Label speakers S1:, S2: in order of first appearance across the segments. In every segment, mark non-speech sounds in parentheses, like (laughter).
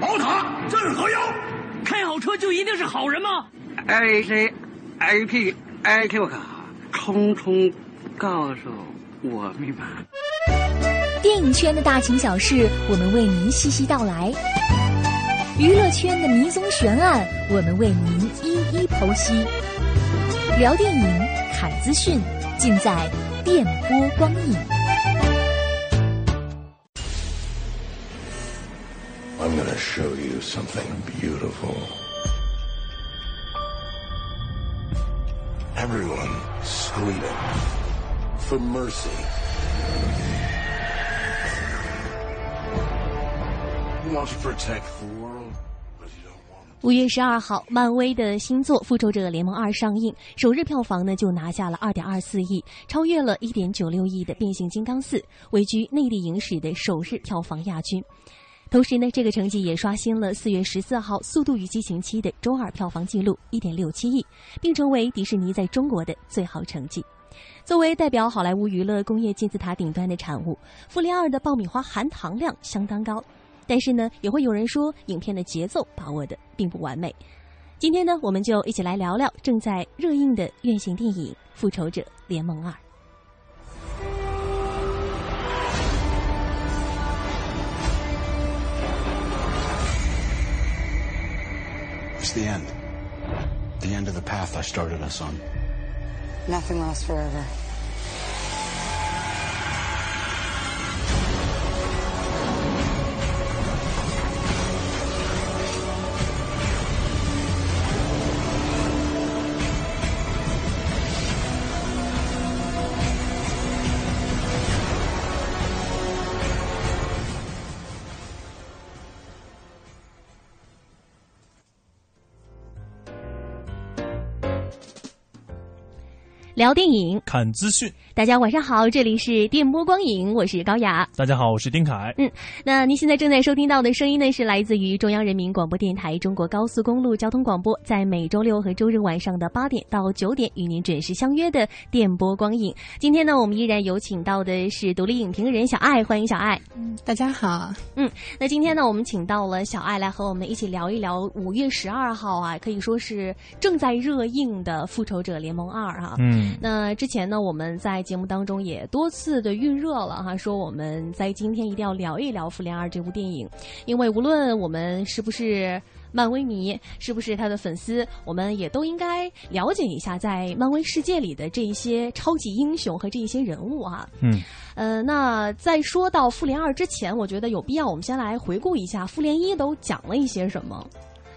S1: 宝塔，这是何妖？
S2: 开好车就一定是好人吗？
S3: I J I P I Q 卡，通通告诉我密码。
S4: 电影圈的大情小事，我们为您细细道来；娱乐圈的迷踪悬案，我们为您一一剖析。聊电影，侃资讯，尽在电波光影。
S5: I'm gonna show you something beautiful. Everyone screaming for mercy. You want to protect the world, but you don't want to.
S6: 五月十二号，漫威的新作《复仇者联盟二》上映，首日票房呢就拿下了二点二四亿，超越了一点九六亿的《变形金刚四》，位居内地影史的首日票房亚军。同时呢，这个成绩也刷新了四月十四号《速度与激情七》的周二票房纪录一点六七亿，并成为迪士尼在中国的最好成绩。作为代表好莱坞娱乐工业金字塔顶端的产物，《复联二》的爆米花含糖量相当高，但是呢，也会有人说影片的节奏把握的并不完美。今天呢，我们就一起来聊聊正在热映的院线电影《复仇者联盟二》。
S7: It's the end. The end of the path I started us on.
S8: Nothing lasts forever.
S6: 《聊电影》，
S9: 看资讯。
S6: 大家晚上好，这里是电波光影，我是高雅。
S9: 大家好，我是丁凯。
S6: 那您现在正在收听到的声音呢，是来自于中央人民广播电台中国高速公路交通广播，在每周六和周日晚上的八点到九点与您准时相约的电波光影。今天呢，我们依然有请到的是独立影评人小爱，欢迎小爱。
S10: 大家好，
S6: 那今天呢，我们请到了小爱来和我们一起聊一聊五月十二号啊，可以说是正在热映的《复仇者联盟二》啊。
S9: 嗯，
S6: 那之前呢，我们在节目当中也多次的预热了哈，说我们在今天一定要聊一聊《复联二》这部电影，因为无论我们是不是漫威迷，是不是他的粉丝，我们也都应该了解一下在漫威世界里的这一些超级英雄和这一些人物哈。
S9: 嗯，
S6: 呃，那在说到《复联二》之前，我觉得有必要我们先来回顾一下《复联一》都讲了一些什么。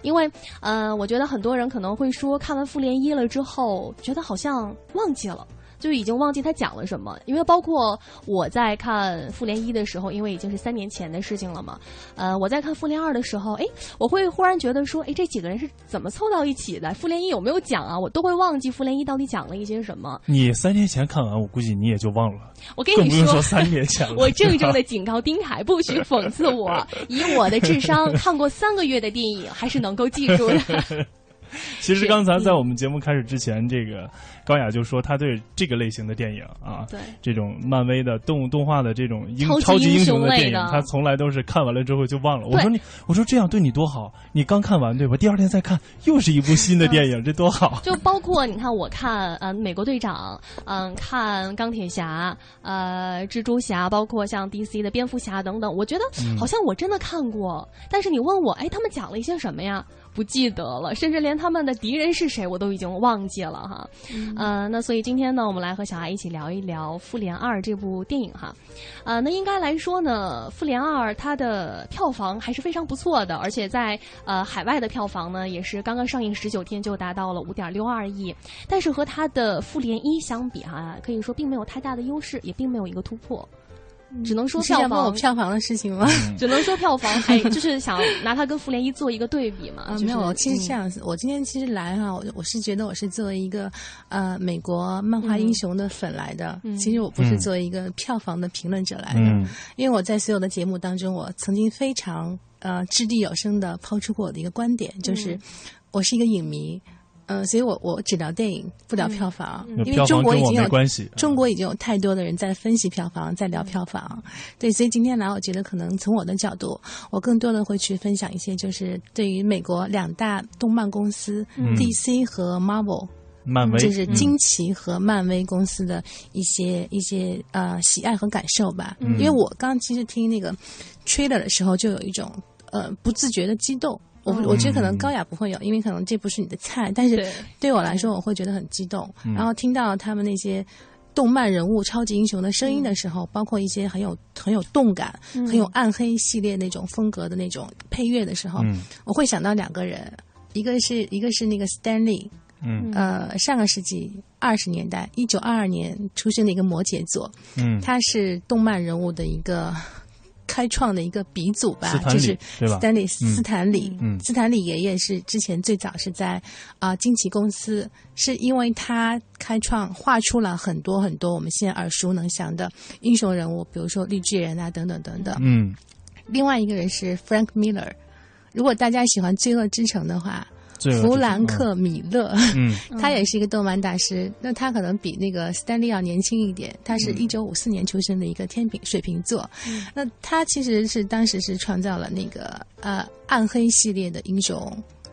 S6: 因为，呃，我觉得很多人可能会说，看完《复联一》了之后，觉得好像忘记了，就已经忘记他讲了什么。因为包括我在看《复联一》的时候，因为已经是三年前的事情了嘛，呃，我在看《复联二》的时候，哎，我会忽然觉得说，哎，这几个人是怎么凑到一起的？《复联一》有没有讲啊？我都会忘记《复联一》到底讲了一些什么。
S9: 你三年前看完，我估计你也就忘了，
S6: 我跟
S9: 更
S6: 你
S9: 不用说三年 (laughs) 前了。
S6: 我郑重的警告丁凯，不许讽刺我。以我的智商，看过三个月的电影还是能够记住的。 (laughs)
S9: 其实
S6: 是
S9: 刚才在我们节目开始之前，这个高雅就说她对这个类型的电影啊，
S6: 对，
S9: 这种漫威的动物动画的这种英
S6: 超级
S9: 超级英雄
S6: 英雄类
S9: 电影
S6: 的，
S9: 她从来都是看完了之后就忘了。我
S6: 对
S9: 说你，我说这样对你多好，你刚看完对吧？第二天再看，又是一部新的电影，这多好。
S6: 就包括你看，我看呃美国队长，嗯、看钢铁侠，呃蜘蛛侠，包括像 DC 的蝙蝠侠等等，我觉得好像我真的看过。但是你问我，哎，他们讲了一些什么呀？不记得了，甚至连他们的敌人是谁我都已经忘记了哈。呃，那所以今天呢，我们来和小艾一起聊一聊《复联二》这部电影哈。呃，那应该来说呢，《复联二》它的票房还是非常不错的，而且在呃海外的票房呢，也是刚刚上映十九天就达到了五点六二亿。但是和它的《复联一》相比哈、可以说并没有太大的优势，也并没有一个突破，只能说
S10: 嗯你是
S6: 票
S10: 想问我
S6: 房。
S10: 票房的事情吗？
S6: 只能说票房还 (laughs) 就是想拿它跟《复联一》做一个对比
S10: (laughs)
S6: 嘛，就是
S10: 啊没有，其实
S6: 嗯
S10: 这样子，我今天其实来哈、我我是觉得我是作为一个呃美国漫画英雄的粉来的，
S6: 嗯
S10: 其实我不是
S9: 嗯
S10: 作为一个票房的评论者来的，
S9: 嗯
S10: 因为我在所有的节目当中，我曾经非嗯常呃掷地有声的抛出过我的一个观点，就是我是一个影迷。嗯，所以我我只聊电影，不聊票房，
S9: 那票
S10: 因为
S9: 房
S10: 中国
S9: 跟
S10: 已
S9: 我
S10: 经
S9: 没
S10: 有
S9: 关系。啊
S10: 中国已经有太多的人在分析票房，在聊票房，对，所以今天来，我觉得可能从我的角度，我更多的会去分享一些，就是对于美国两大动漫公司、DC 和 Marvel，
S9: 漫威
S10: 嗯
S9: 嗯
S10: 就是惊奇和漫威公司的一些、一些呃喜爱和感受吧。因为我刚其实听那个 trailer 的时候，就有一种呃不自觉的激动。我我觉得可能高雅不会有，因为可能这不是你的菜，但是
S6: 对
S10: 对我来说，我会觉得很激动。然后听到他们那些。动漫人物、超级英雄的声音的时候，包括一些很有很有动感、很有暗黑系列那种风格的那种配乐的时候，
S9: 嗯
S10: 我会想到两个人，一个是一个是那个 Stanley，
S9: 嗯
S10: 呃，上个世纪二十年代，一九二二年出生的一个摩羯座，
S9: 嗯，
S10: 他是动漫人物的一个开创的一个鼻祖吧
S9: 斯，坦
S10: 就
S9: 李
S10: 是
S9: 对吧
S10: 斯坦李斯坦李，
S9: 嗯
S10: 斯坦李爷爷是之前最早是在啊、惊奇公司，是因为他开创画出了很多很多我们现在耳熟能详的英雄人物，比如说绿巨人啊等等等等。
S9: 嗯
S10: 另外一个人是 Frank Miller，如果大家喜欢《罪恶之城》的话，
S9: 罪恶之城
S10: 弗兰克·米勒，
S9: 嗯
S10: (laughs) 他也是一个动漫大师。那他可能比那个斯丹利要年轻一点，他是一九五四年出生的一个天平水瓶座。那他其实是当时是创造了那个呃暗黑系列的英雄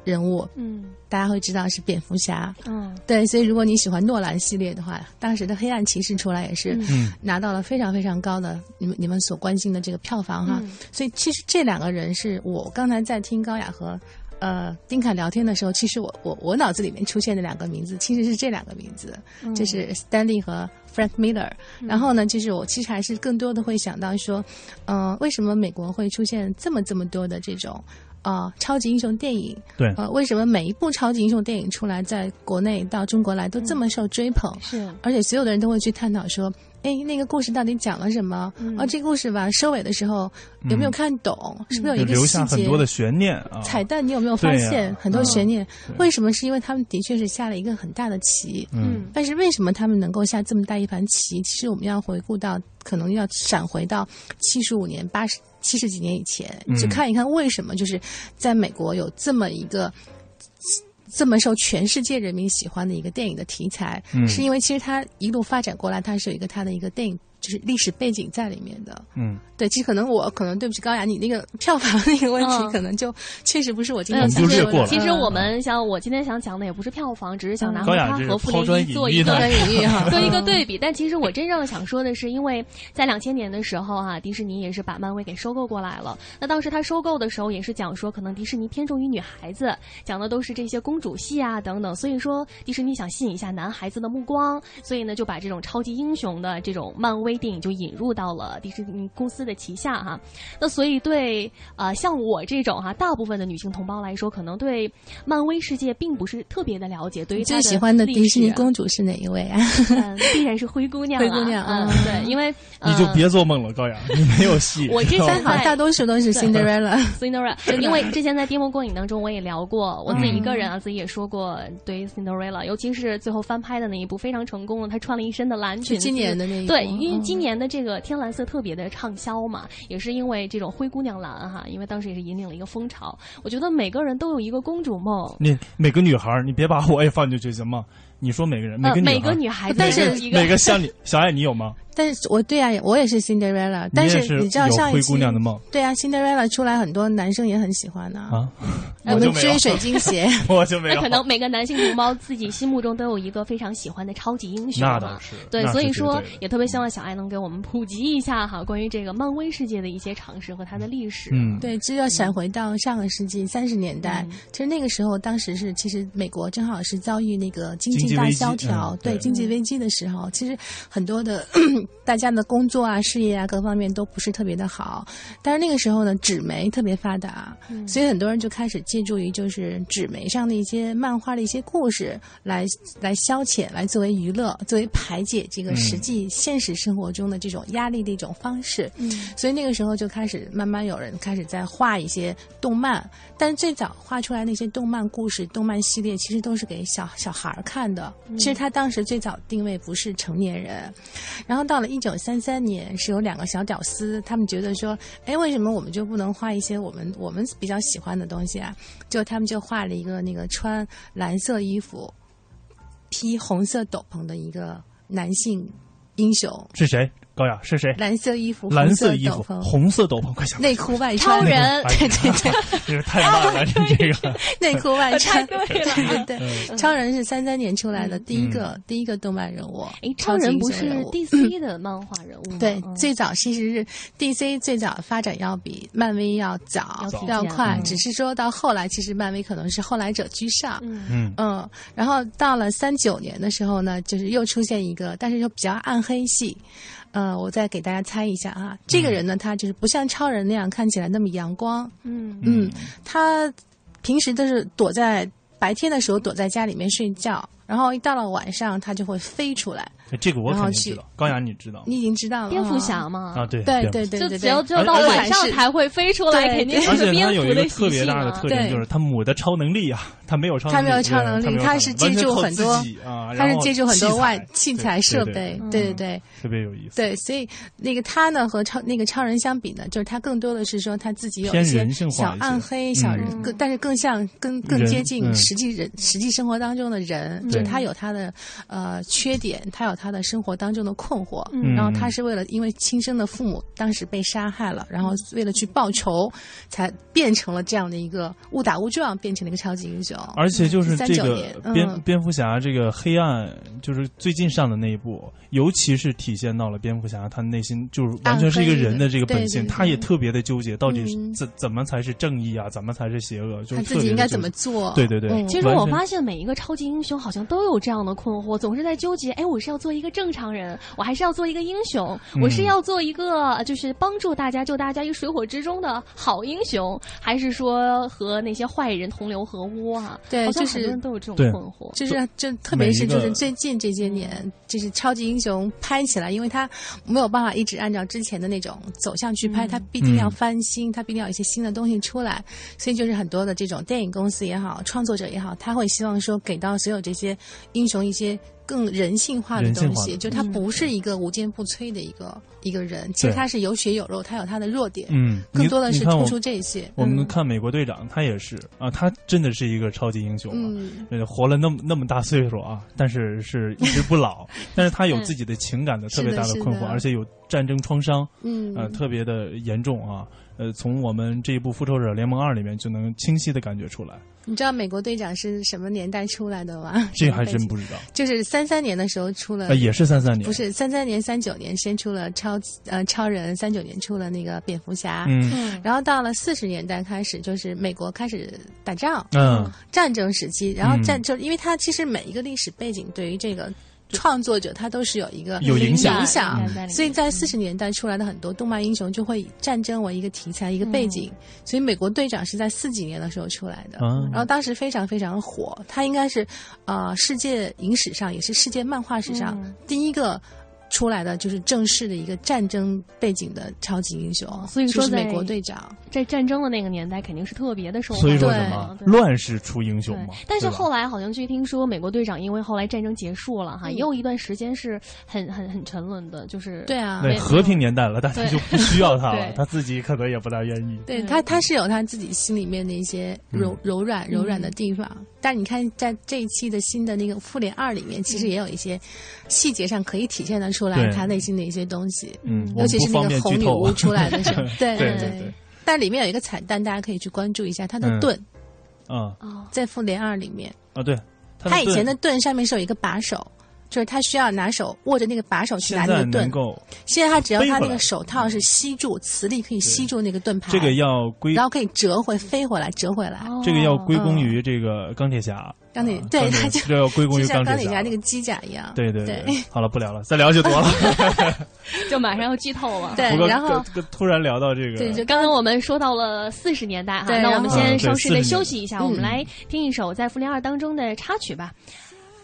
S10: 人物，
S6: 嗯
S10: 大家会知道是蝙蝠侠。
S6: 嗯
S10: 对，所以如果你喜欢诺兰系列的话，当时的《黑暗骑士》出来也是
S9: 嗯
S10: 拿到了非常非常高的你们你们所关心的这个票房哈。所以其实这两个人是我刚才在听高雅和呃丁凯聊天的时候，其实我我我脑子里面出现的两个名字其实是这两个名字，就是 Stanley 和 Frank Miller。然后呢，就是我其实还是更多的会想到说，呃，为什么美国会出现这么这么多的这种。啊、超级英雄电影，
S9: 嗯对
S10: 呃，为什么每一部超级英雄电影出来，在国内到中国来都这么受追捧？
S6: 是
S10: 而且所有的人都会去探讨说，哎，那个故事到底讲了什么？啊，这个故事吧，收尾的时候有没有看懂？是不是
S9: 嗯
S10: 有
S9: 就
S10: 一个
S9: 留
S10: 细
S9: 下
S10: 节？
S9: 很多的悬念啊。
S10: 彩蛋，你有没有发
S9: 对呀
S10: 现很多
S9: 嗯
S10: 悬念？
S9: 对
S10: 为什么？是因为他们的确是下了一个很大的棋。
S9: 嗯
S10: 但是为什么他们能够下这么大一盘棋？其实我们要回顾到，可能要闪回到七十五年、八十七十几年以前，
S9: 嗯
S10: 去看一看为什么就是在美国有这么一个。这么受全世界人民喜欢的一个电影的题材，
S9: 嗯
S10: 是因为其实它一路发展过来，它是有一个它的一个电影就是历史背景在里面的。
S9: 嗯，
S10: 对，其实可能我可能对不起高雅，你那个票房那个问题，
S6: 嗯
S10: 可能就确实不是我今
S9: 我
S10: 天
S9: 们嗯
S10: 想
S9: 就略
S10: 说的嗯
S9: 过了
S6: 其实我们想，我今天想讲的也不是票房，只是想拿
S9: 嗯高
S6: 回
S9: 雅
S6: 它
S9: 这
S6: 和
S9: 抛
S6: 傅
S9: 砖
S6: 雷伊
S9: 引
S6: 做
S9: 玉
S6: 一
S9: 呢
S6: 个
S10: 专领
S9: (laughs)
S10: 域哈。
S6: 啊做一个对比，但其实我真正想说的是，因为在两千年的时候啊，迪士尼也是把漫威给收购过来了。那当时他收购的时候也是讲说，可能迪士尼偏重于女孩子，讲的都是这些公主戏啊等等。所以说，迪士尼想吸引一下男孩子的目光，所以呢就把这种超级英雄的这种漫威电影就引入到了迪士尼公司的旗下哈、那所以对呃像我这种哈、大部分的女性同胞来说，可能对漫威世界并不是特别的了解。对于
S10: 最
S6: 它
S10: 喜欢的
S6: 历
S10: 迪士尼
S6: 史啊
S10: 公主是哪一位啊？
S6: 嗯，必然是灰姑娘
S10: 灰
S6: 了。
S10: 姑娘
S6: 嗯
S10: 嗯，
S6: 对，因为
S10: (laughs)
S6: 呃
S9: 你就别做梦了，高雅，你没有戏。
S6: 嗯我之前
S10: 好，
S6: 在
S10: 大多数都是 Cinderella。
S6: Cinderella，因为之前在《颠簸过瘾》当中我也聊过，
S10: 嗯
S6: 我自己一个人啊，自己也说过对于 Cinderella，尤其是最后翻拍的那一部非常成功了，她穿了一身的蓝裙
S10: 就
S6: 子，
S10: 今年的那一部嗯
S6: 对，因为今年的这个天蓝色特别的畅销嘛，也是因为这种灰姑娘蓝哈，因为当时也是引领了一个风潮。我觉得每个人都有一个公主梦，
S9: 你每个女孩儿，你别把我也放进去行吗？你说每个人，每
S6: 呃，
S9: 个女
S6: 每
S9: 孩
S6: 个
S9: 儿，
S6: 女孩子
S10: 但是
S6: 一
S9: 每个像你小爱，你有吗？
S10: 但是我对啊，我也是 Cinderella，但
S9: 也
S10: 你知道
S9: 有
S10: 上一
S9: 灰
S10: 期
S9: 姑娘的梦
S10: 对啊，Cinderella 出来很多男生也很喜欢呢。
S9: 啊，我
S10: 哎我
S9: 就
S10: 们
S9: 没有
S10: 追水晶鞋，
S9: (laughs) 我就没
S6: 那
S9: 有。
S6: 可能每个男性同胞自己心目中都有一个非常喜欢的超级英雄嘛，
S9: 那倒是
S6: 对
S9: 那，是
S6: 所以
S9: 绝
S6: 说
S9: 对的
S6: 也特别希望小爱能给我们普及一下哈，关于这个漫威世界的一些常识和它的历史。
S9: 嗯，
S10: 对，这要闪回到上个世纪三十年代，其实那个时候，当时是其实美国正好是遭遇那个经
S9: 经济
S10: 济大
S9: 危机
S10: 萧条，
S9: 嗯
S10: 对
S9: 对
S10: 经济危机的时候，其实很多的 (clears throat) 大家的工作啊、事业啊各方面都不是特别的好。但是那个时候呢，纸媒特别发达，
S9: 嗯
S10: 所以很多人就开始借助于就是纸媒上的一些漫画的一些故事来来消遣，来作为娱乐，作为排解这个实际现实生活中的这种压力的一种方式。所以那个时候就开始慢慢有人开始在画一些动漫，但是最早画出来那些动漫故事、动漫系列，其实都是给小小孩儿看的。其实他当时最早定位不是成年人，然后到了一九三三年，是有两个小屌丝，他们觉得说，哎，为什么我们就不能画一些我们我们比较喜欢的东西啊？就他们就画了一个那个穿蓝色衣服、披红色斗篷的一个男性英雄，
S9: 是谁？高雅是谁？
S10: 蓝色衣服、
S9: 蓝
S10: 红色
S9: 衣服
S10: 斗，篷、
S9: 红 (laughs) 色斗篷，快想。
S10: 内裤外
S6: 超
S10: 穿，
S6: 人
S9: 对对对，啊 (laughs) 这个太慢了，你这个。
S10: (laughs) 内裤外穿，
S6: (laughs) 太对了
S10: (laughs) 对
S9: 嗯
S10: 对，超人是三三年出来的第一个第一个动漫人物
S6: 哎，，超
S10: 超级
S6: 人
S10: 英
S6: 不
S10: 雄
S6: 是
S10: 人物
S6: DC 的漫画人物吗？
S10: (laughs) 对，
S6: 嗯
S10: 最早其实是 DC 最早发展要比漫威要早
S6: 要提前
S10: 要快
S6: 嗯，
S10: 只是说到后来，其实漫威可能是后来者居上。
S6: 嗯
S9: 嗯，
S10: 嗯，然后到了三九年的时候呢，就是又出现一个，但是又比较暗黑系。呃，我再给大家猜一下啊，这个人呢，他就是不像超人那样看起来那么阳光，
S6: 嗯
S10: 嗯，他平时都是躲在白天的时候躲在家里面睡觉，然后一到了晚上他就会飞出来。
S9: 哎这个我
S10: 然后
S9: 肯定知
S10: 去
S9: 道。高雅，你知道
S10: 你已经知道了，
S6: 蝙蝠侠
S10: 哦
S6: 嘛，
S9: 啊？对
S10: 对
S9: 对
S10: 对对
S6: 就
S10: 对
S6: 只
S10: 对，
S6: 有只有到
S10: 而且
S6: 晚上
S10: 是
S6: 才会飞出来，
S10: 对
S6: 肯
S10: (laughs)
S6: 定
S9: 而
S6: 是
S9: 且
S6: 蝙
S9: 它有
S6: 蝠
S9: 一个
S6: 的
S9: 特
S6: 习
S9: 别
S6: 性
S9: 大的
S6: 啊
S9: 特。点，
S10: 对
S9: 就是它母的超能力啊，它没有超能力，
S10: 它没有超能力
S9: 对
S10: 它是借助很多，
S9: 它
S10: 他是借助很多外啊器
S9: 啊器
S10: 材设，备
S6: 对
S9: 对，
S10: 对对对
S9: 对特别有意思，
S10: 对，所以那个他呢和超那个超人相比呢，就是他更多的是说他自己有
S9: 偏
S10: 一些
S9: 人性化
S10: 小
S9: 一些
S10: 暗黑、小人，
S6: 嗯
S10: 更但是更像更更
S9: 人
S10: 接近
S9: 嗯
S10: 实际人、实际生活当中的人，就
S9: 对
S10: 他有他的呃缺点，他有他的生活当中的困惑，
S6: 嗯
S10: 然后他是为了因为亲生的父母当时被杀害了，然后为了去报仇，才变成了这样的一个误打误撞变成了一个超级英雄。
S9: 而且就是
S10: 39
S9: 这个
S10: 年嗯
S9: 蝙、蝙蝠侠这个黑暗，就是最近上的那一部，尤其是体现到了蝙蝠侠他内心就是完全是一个人的这个本性，
S10: 暗黑的对对对
S9: 他也特别的纠结，到底是
S10: 嗯
S9: 怎怎么才是正义啊，怎么才是邪恶，就是
S10: 他
S9: 特
S10: 自己
S9: 别
S10: 应该
S9: 地
S10: 怎么
S9: 纠结
S10: 做？
S9: 对对对
S10: 嗯
S6: 其实我
S9: 完全
S6: 发现每一个超级英雄好像都有这样的困惑，总是在纠结：哎，我是要做一个正常人，我还是要做一个英雄？
S9: 嗯
S6: 我是要做一个呃就是帮助大家、救大家于水火之中的好英雄，还是说和那些坏人同流合污啊？
S10: 对
S6: 好像
S10: 就是
S6: 很多人都有这种
S9: 对
S6: 困惑。
S10: 就是就特
S9: 每
S10: 别
S9: 一
S10: 是就
S9: 个嗯
S10: 是最近这些年，就是超级英雄拍起来，因为他没有办法一直按照之前的那种走向去拍，他必定要
S9: 嗯
S10: 翻新，他必定要有一些新的东西出来，所以就是很多的这种电影公司也好，创作者也好，他会希望说给到所有这些英雄一些。更人性化的
S9: 人性
S10: 东
S9: 化
S10: 西，
S9: 的嗯
S10: 就他不是一个无坚不摧的一个、一个人，其实
S9: 对
S10: 他是有血有肉，他有他的弱点，
S9: 嗯，
S10: 更
S9: 你
S10: 多的
S9: 你
S10: 是
S9: 看
S10: 突
S9: 我
S10: 出这些。
S9: 我们
S10: 嗯
S9: 看美国队长，他也是啊，他真的是一个超级英雄啊，
S10: 嗯
S9: 呃活了那么那么大岁数啊，但是是一直不
S10: (laughs)
S9: 老，但是他有自己的情感的特别大
S10: 嗯是的是
S9: 困惑，
S10: 的
S9: 而且有战争创伤，
S10: 嗯
S9: 呃，特别的严重啊。呃，从我们这一部《复仇者联盟二》里面就能清晰的感觉出来，
S10: 你知道美国队长是什么年代出来的吗？ (laughs)
S9: 这个还真不知道。
S10: 就是三三年的时候出了，
S9: 呃，也是三三年，
S10: 嗯不，是三三年、三九年先出了超呃超人，三九年出了那个蝙蝠侠，
S9: 嗯
S6: 嗯
S10: 然后到了四十年代开始，就是美国开始打仗，
S9: 嗯，
S10: 战争时期，然后
S9: 嗯
S10: 战就因为它其实每一个历史背景对于这个创作者他都是有一个
S9: 有影响
S10: 影
S6: 响
S10: 响
S6: 嗯在里面
S10: 所以在四十年代出来的很多动漫英雄就会以战争为一个题材一
S9: 嗯
S10: 个背景，所以美国队长是在四几年的时候出来的，
S9: 啊
S10: 然后当时非常非常火，他应该是呃世界影史上也是世界漫画史上、
S6: 嗯
S10: 第一个。出来的就是正式的一个战争背景的超级英雄，
S6: 所以说
S10: 就是
S6: 在嗯
S10: 美国队长，
S6: 在战争的那个年代，肯定是特别的受
S9: 所以说
S10: 对
S9: 什
S6: 欢
S9: 么
S6: 迎对
S9: 乱世出英雄
S6: 对
S9: 嘛。，
S6: 但是
S9: 对吧
S6: 后来好像据听说，美国队长因为后来战争结束了
S10: 嗯
S6: 哈，也有一段时间是很很很沉沦的，就是
S10: 对啊
S9: 对
S6: 没
S9: 和平年代了，大家
S6: 对
S9: 就不需要他了
S6: 对，
S9: 他自己可能也不大愿意。
S10: 对
S6: 嗯
S10: 他，他是有他自己心里面的一些
S9: 嗯
S10: 柔、柔软柔
S6: 嗯
S10: 软的地方，但你看在这一期的新的那个《复联二》里面，
S6: 嗯
S10: 其实也有一些细节上可以体现得出来
S9: 对
S10: 他内心的一些东西，
S9: 嗯，我们
S10: 尤其
S9: 不
S10: 是那
S9: 方
S10: 个
S9: 便
S10: 红
S9: 剧
S10: 女
S9: 透啊
S10: 巫。出来的时候，对
S9: (laughs) 对对对，
S10: 但里面有一个彩蛋，大家可以去关注一下，他的
S9: 嗯
S10: 盾、
S9: 啊
S6: 哦，
S10: 在《复联二》里面，
S9: 啊对，
S10: 他以
S9: 盾
S10: 前的盾上面是有一个把手。就是他需要拿手握着那个把手去拿
S9: 现
S10: 那
S9: 在
S10: 个盾
S9: 能，够
S10: 现在他只要
S9: 飞
S10: 他
S9: 回
S10: 那个
S9: 来
S10: 手套是吸住磁力，可以吸住那个盾牌，
S9: 这个要归
S10: 然后可以折回飞回来，折回来。
S9: 这个要归功
S10: 哦
S9: 于这个钢铁侠，
S10: 钢铁
S9: 啊
S10: 对他就
S9: 这要归功于
S10: 就像
S9: 铁
S10: 铁
S9: 侠
S10: 那个机甲一样。
S9: 对对
S10: 对
S9: 对，好了，不聊了，再聊就多了。 (laughs)
S6: 就马上要剧透了。
S10: (laughs) 对
S9: 不过
S10: 然后
S9: 这个突然聊到这个，
S10: 对，就
S6: 刚刚我们说到了四十年代哈，
S10: 对
S6: 那我们
S10: 然后
S6: 先
S9: 嗯对
S6: 稍事的
S9: 40
S6: 休息一下，
S10: 年代
S6: 我们来听一首在《复联二》当中的插曲吧，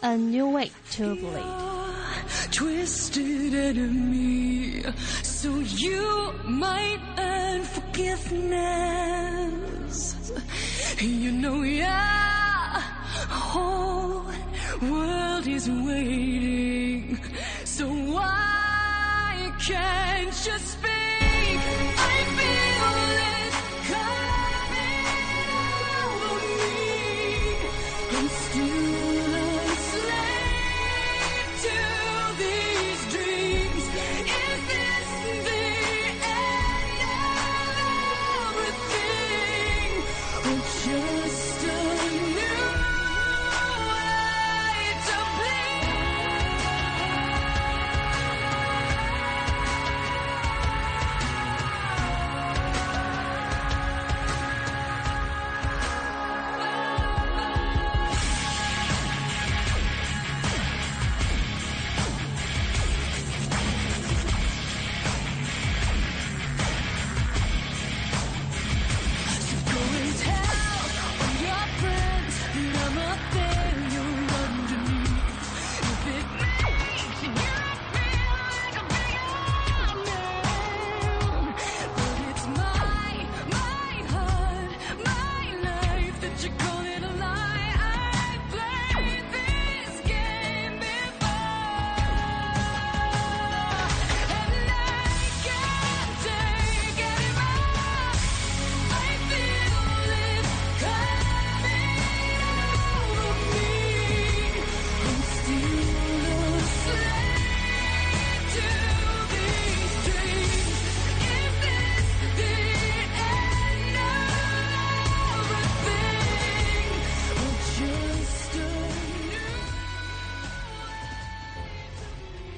S6: 《A New Way to Believe》。
S2: twisted enemy so you might earn forgiveness you know you're whole world is waiting. So I can not just speak. I feel it coming over me. I'm still a slave to these dreams. Is this the end of everything? Or just a new way to play? Go and tell all your friends that I'm a failure underneath. If it makes you feel like a bigger man, but it's my my heart, my life that you call it a lie. I played this game before, and I can't take anymore. I feel it coming over me. I'm still a slave to these dreams. Is this the end of everything, or just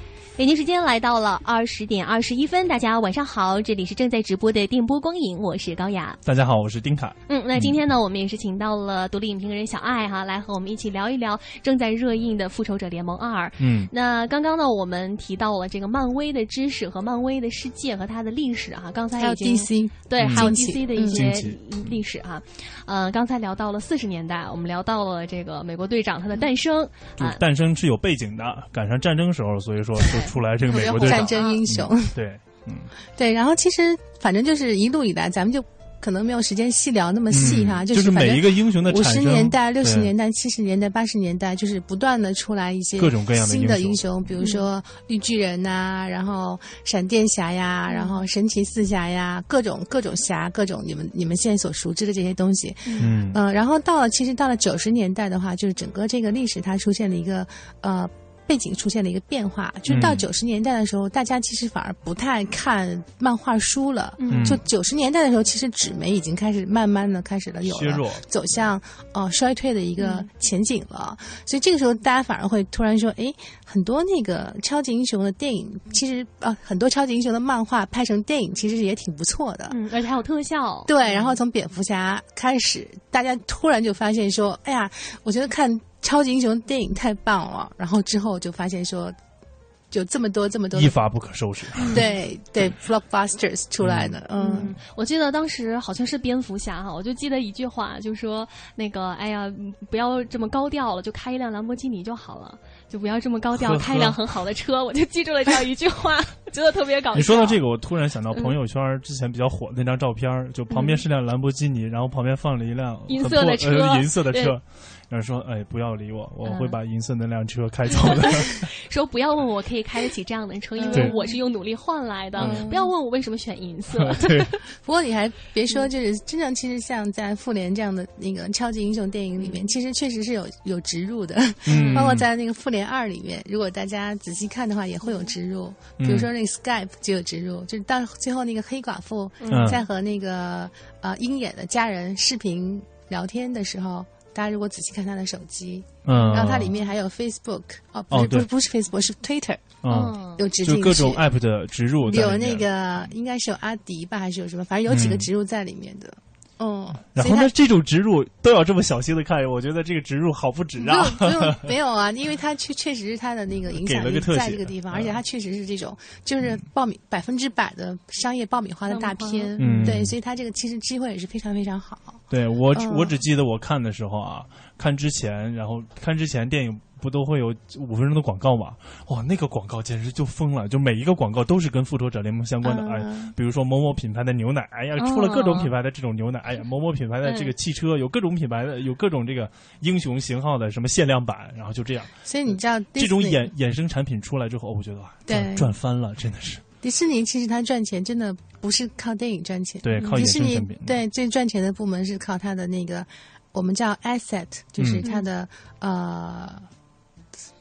S2: a
S6: 北京时间来到了二十点二十一分，大家晚上好，这里是正在直播的电波光影，我是高雅。
S9: 大家好，我是丁凯。
S6: 嗯，那今天呢，我们也是请到了独立影评人小爱哈，来和我们一起聊一聊正在热映的《复仇者联盟二》。
S9: 嗯，
S6: 那刚刚呢，我们提到了这个漫威的知识和漫威的世界和它的历史哈、刚
S10: 还
S6: 才
S10: 有
S6: 已经
S10: DC，
S6: 对，还有
S10: 近期
S6: DC 的一些
S9: 近期
S6: 历史哈、呃，刚才聊到了四十年代，我们聊到了这个美国队长他的诞生
S9: 就
S6: 啊，
S9: 诞生是有背景的，赶上战争时候，所以说就出来这
S10: (laughs)
S9: 个美国队长
S10: 战。争英雄。
S9: 对，嗯，
S10: 对，然后其实反正就是一路以来，咱们就可能没有时间细聊那么细哈，
S9: 嗯
S10: 是
S9: 是
S10: 反正
S9: 每一个英雄的
S10: 五
S9: 产
S10: 十
S9: 生，
S10: 年代、六十
S9: 对
S10: 年代、七十年代、八十年代，就是不断的出来一些
S9: 各种各样的
S10: 新的
S9: 英雄
S10: 英雄，比如说绿巨人呐、然后闪电侠呀，然后神奇四侠呀，各种各种侠，各种你们你们现在所熟知的这些东西。
S9: 嗯
S10: (laughs) 嗯、然后到了其实到了九十年代的话，就是整个这个历史它出现了一个呃。背景出现了一个变化，就是到
S9: 嗯
S10: 九十年代的时候，大家其实反而不太看漫画书了。
S9: 嗯
S10: 就九十年代的时候，其实纸媒已经开始慢慢的开始了有
S9: 削
S10: 了
S9: 弱
S10: 走向呃衰退的一个前景了。所以这个时候，大家反而会突然说，诶，很多那个超级英雄的电影，其实啊、呃很多超级英雄的漫画拍成电影，其实也挺不错的。
S6: 嗯，而且还有特效，
S10: 对，然后从蝙蝠侠开始，大家突然就发现说，哎呀，我觉得看超级英雄电影太棒了。然后之后就发现说，有这么多这么多
S9: 一发不可收拾。
S10: 对对 blockbusters 出来的，嗯
S6: 嗯，我记得当时好像是蝙蝠侠哈，我就记得一句话，就说那个，哎呀，嗯不要这么高调了，就开一辆兰博基尼就好了，就不要这么高调，
S9: (laughs) 呵呵
S6: 开一辆很好的车。我就记住了这样一句话， (laughs) 觉得特别搞笑。嗯
S9: 你说到这个，我突然想到朋友圈儿之前比较火的那张照片儿，就旁边是辆兰博基尼，然后旁边放了一辆
S6: 银
S9: 很
S6: 色的
S9: 破
S6: 车
S9: 呃银色的
S6: 对
S9: 车。然后说：“哎，不要理我，我
S6: 嗯
S9: 会把银色那辆车开走
S6: (laughs)
S9: 的。
S6: 说不要问我可以开得起这样的车，因为
S9: 嗯对嗯
S6: 我是用努力换来的。不要问我为什么选银色，
S9: 对，
S10: 不过你还别
S9: 嗯
S10: 说，就是真正其实像在复联这样的那个超级英雄电影里面，其实确实是有有植入的，
S9: 嗯
S10: 包括在那个复联二里面，如果大家仔细看的话，也会有植入，
S9: 嗯
S10: 比如说那个 Skype 就有植入，就是到最后那个黑寡妇
S9: 嗯
S10: 在和那个呃鹰眼的家人视频聊天的时候。大家如果仔细看他的手机，
S9: 嗯，
S10: 然后它里面还有 Facebook，哦，不
S9: 哦
S10: 是不
S9: 对
S10: 是不是 Facebook，是 Twitter，
S9: 嗯，
S10: 有直
S9: 就
S10: 进
S9: 各种
S10: 去
S9: app 的植入在
S10: 有
S9: 里面，
S10: 那个应该是有阿迪吧，还是有什么，反正有几个植入在里面的。嗯，
S9: 然
S10: 所以
S9: 后
S10: 它
S9: 呢，这种植入都要这么小心的看，我觉得这个植入好不值
S10: 不
S9: 啊
S10: 用。不用没有啊，因为它确确实是它的那个影
S9: 给
S10: 响
S9: 了
S10: 力
S9: 个特写
S10: 在这个地方，
S9: 嗯
S10: 而且它确实是这种就是爆米百分之百的商业爆米花的大片，
S9: 米花
S10: 对，
S9: 嗯
S10: 所以它这个其实机会也是非常非常好。
S9: 对我只，
S10: 嗯
S9: 我只记得我看的时候啊，看之前，然后看之前电影不都会有五分钟的广告嘛？哇，那个广告简直就疯了，就每一个广告都是跟复仇者联盟相关的。
S6: 嗯
S9: 哎，比如说某某品牌的牛奶，哎呀，出了各种品牌的这种牛奶，哎呀，某某品牌的
S10: 嗯
S9: 这个汽车，有各种品牌的，有各种这个英雄型号的什么限量版，然后就这样，
S10: 所以你知道
S9: 嗯这种
S10: Disney
S9: 衍衍生产品出来之后，我觉得哇，赚
S10: 对
S9: 赚翻了，真的是
S10: 迪士尼其实它赚钱真的不是靠电影赚钱，
S9: 对靠
S10: 迪
S9: 哦衍
S10: 士
S9: 生
S10: 尼
S9: 产品，嗯
S10: 对最赚钱的部门是靠它的那个我们叫 asset，就是
S9: 嗯
S10: 它的、呃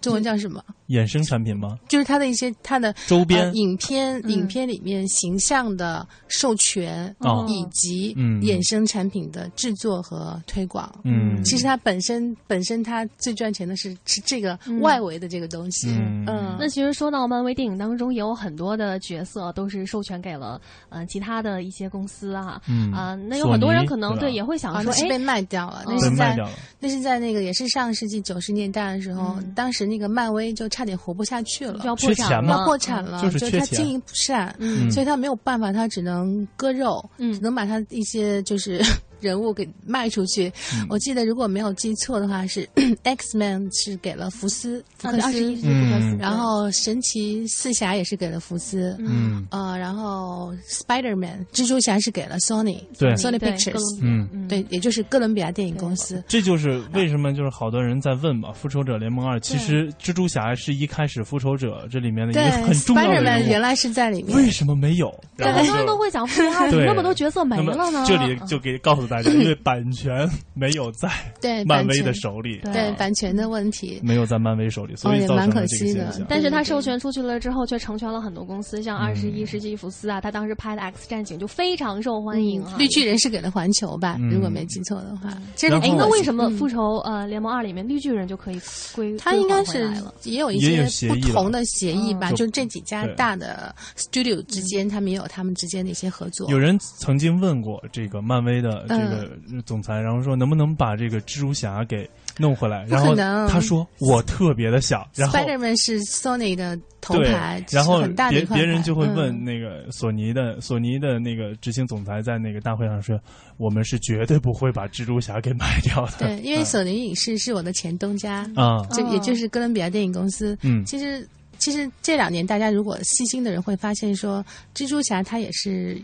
S10: 中文叫什么？
S9: 衍生产品吗？
S10: 就是它的一些它的
S9: 周边
S10: 呃影片、
S6: 嗯
S10: 影片里面形象的授权、
S9: 哦
S10: 以及
S9: 嗯
S10: 衍生产品的制作和推广。
S9: 嗯，
S10: 其实它本身本身它最赚钱的是是这个外围的这个东西，
S9: 嗯
S10: 嗯
S6: 嗯那其实说到漫威电影当中，也有很多的角色都是授权给了呃其他的一些公司啊，
S9: 嗯
S6: 啊、那有
S9: 索
S6: 很多人
S9: 尼
S6: 可能
S9: 对吧
S6: 对也会想
S10: 啊，
S6: 说
S10: 那，是
S6: 哎
S10: 被，卖掉了，
S6: 嗯
S10: 那
S9: 哦被
S10: 是
S9: 卖
S10: 在
S9: 掉了，
S10: 那是在那个也是上世纪九十年代的时候，
S6: 嗯
S10: 当时那个漫威就差点活不下去了
S6: 就，要
S9: 缺
S6: 破
S9: 钱
S6: 产
S9: 嘛
S10: 要
S6: 了，啊
S10: 破产了，
S9: 就是
S10: 就
S9: 缺
S10: 他
S9: 钱
S10: 经营不善，
S6: 嗯
S10: 所以他没有办法，他只能割肉，
S6: 嗯
S10: 只能把他一些就是 (laughs) 人物给卖出去。
S9: 嗯
S10: 我记得如果没有记错的话，是 (clears throat) X Man 是给了福斯福克
S6: 啊二十
S10: 斯
S6: 一，世纪福克斯
S9: 嗯，
S10: 然后神奇四侠也是给了福斯，
S9: 嗯
S10: 呃，然后 Spider Man 蜘蛛侠是给了 Sony，
S9: 对
S10: Sony
S6: 对哥
S10: Pictures，
S6: 伦比亚
S9: 嗯。
S6: 嗯，
S10: 对，也就是哥伦比亚电影公司。
S9: 这就是为什么就是好多人在问嘛，《复仇者联盟二》其
S6: 对
S9: 实蜘蛛侠是一开始《复仇者》这里面的一
S10: 对
S9: 个很重要的
S10: ，Spider-Man
S9: 人
S10: 原
S9: 物，
S10: 来是在里面。
S9: 为什么没有？
S6: 对，
S9: 然后
S6: 很
S9: 就
S6: 多人都会想，
S9: (laughs)
S6: 哇，怎么
S9: 对
S6: 那么多角色没
S9: 那么
S6: 了呢？
S9: 这里
S6: 嗯
S9: 就给告诉大家，因为版权没有在
S10: (laughs) 对
S9: 漫威
S10: 版
S9: 的
S10: 权
S9: 手里，
S6: 对
S10: 对版权的问题，
S9: 没有在漫威手里，所
S10: 哦
S9: 以
S10: 也
S9: 造
S10: 蛮
S9: 成了
S10: 可
S9: 这个
S10: 惜
S9: 现
S10: 的
S9: 象。
S6: 但是它
S10: 对对
S6: 授权出去了之后，却成全了很多公司，像二十
S9: 嗯
S6: 一世纪福斯啊，他当时拍的《X 战警》就非常受欢迎啊。
S10: 绿巨人是给了环球吧，
S9: 嗯
S10: 如果没记错的话，
S6: 其实，
S9: 实然后
S6: 哎，那为什么《复仇呃联盟二》里面绿巨人就可以归
S10: 它嗯应该
S6: 归还
S10: 是
S6: 回来了？
S10: 也有一
S9: 也有
S10: 些
S9: 协
S10: 不
S9: 议
S10: 同
S9: 了
S10: 的协议吧，
S9: 嗯
S10: 就这几家
S9: 对
S10: 大的 studio 之间，他们也有他们之间的一些合作
S9: 有。人曾经问过这个漫威的这个
S10: 嗯
S9: 总裁，然后说能不能把这个蜘蛛侠给弄回来？
S10: 不
S9: 然
S10: 可
S9: 后
S10: 能
S9: 他说我特别的想，然后
S10: Spiderman 是 Sony 的头
S9: 对
S10: 牌，，
S9: 然后
S10: 是很大的
S9: 别
S10: 一块
S9: 别人就会
S10: 牌
S9: 问
S10: 嗯
S9: 那个索尼的索尼的那个执行总裁在那个大会上说，我们是绝对不会把蜘蛛侠给卖掉的。
S10: 对，因为索尼影视是我的前东家，
S9: 啊，
S10: 就也就是哥伦比亚电影公司。
S9: 嗯
S10: 其实其实这两年大家如果细心的人会发现说，蜘蛛侠它也是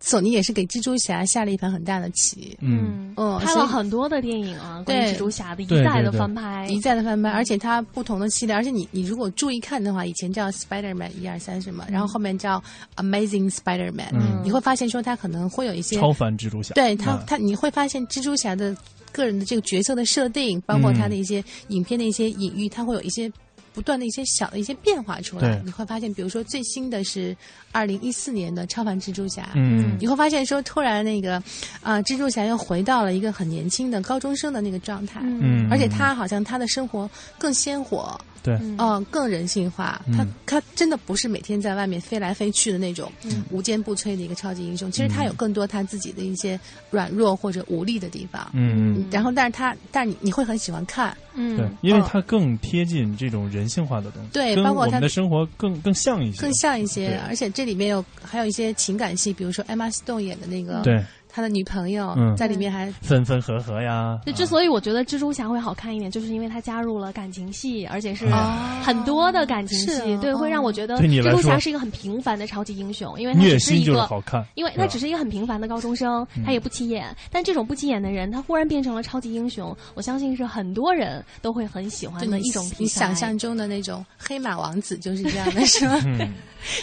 S10: 索尼也是给蜘蛛侠下了一盘很大的棋，
S9: 嗯，
S10: 嗯，
S6: 拍
S10: 所
S6: 了
S10: 以
S6: 很多的电影啊，关于
S10: 对
S6: 蜘蛛侠的一
S9: 对
S6: 再
S9: 对
S6: 的
S9: 对
S6: 翻拍，
S10: 一再的翻拍，而且它不同的系列，而且你你如果注意看的话，以前叫 Spider Man 一二三什么，然后后面叫 Amazing Spider Man，、
S9: 嗯
S10: 你会发现说它可能会有一些
S9: 超凡蜘蛛侠，
S10: 嗯对他
S9: 啊，
S10: 他你会发现蜘蛛侠的个人的这个角色的设定，包括
S9: 嗯
S10: 他的一些影片的一些隐喻，他会有一些不断的一些小的一些变化出来
S9: 对。
S10: 你会发现，比如说最新的是二零一四年的超凡蜘蛛侠，
S9: 嗯
S10: 你会发现说突然那个啊、蜘蛛侠又回到了一个很年轻的高中生的那个状态。
S6: 嗯
S9: 嗯，
S10: 而且他好像他的生活更鲜活，
S9: 对，
S10: 嗯、更人性化。他
S9: 嗯
S10: 他真的不是每天在外面飞来飞去的那种
S6: 嗯
S10: 无坚不摧的一个超级英雄。
S9: 嗯
S10: 其实他有更多他自己的一些软弱或者无力的地方。
S9: 嗯。
S10: 然后，但是他，但是你你会很喜欢看，
S9: 对
S6: 嗯，，
S9: 因为它更贴近这种人性化的东西，
S10: 哦对
S9: 跟
S10: 包括
S9: 我们
S10: 它
S9: 的生活更更像一些，
S10: 更像一些
S9: 对。
S10: 而且这里面有还有一些情感戏，比如说 Emma Stone 演的那个，
S9: 对，
S10: 他的女朋友、
S9: 嗯
S10: 在里面还
S9: 分分合合呀。
S6: 就
S9: 啊
S6: 之所以我觉得蜘蛛侠会好看一点，就是因为它加入了感情戏，而且是
S9: 哦
S6: 很多的感情
S10: 是
S6: 戏，
S10: 啊
S6: 对，
S10: 哦
S6: 会让我觉得
S9: 对你
S6: 蜘
S9: 来
S6: 蛛侠
S9: 说
S6: 是一个很平凡的超级英雄，因为他
S9: 虐
S6: 只是
S9: 心
S6: 一
S9: 就是
S6: 个
S9: 好看，
S6: 因为他
S9: 是吧嗯
S6: 只是一个很平凡的高中生，他也不起眼。但这种不起眼的人，他忽然变成了超级英雄，我相信是很多人都会很喜
S10: 就
S6: 欢的
S10: 你
S6: 一种
S10: 你
S6: 题材。
S10: 想象中的那种黑马王子就是这样的，是
S9: (laughs)
S10: 吧？ (laughs) 哎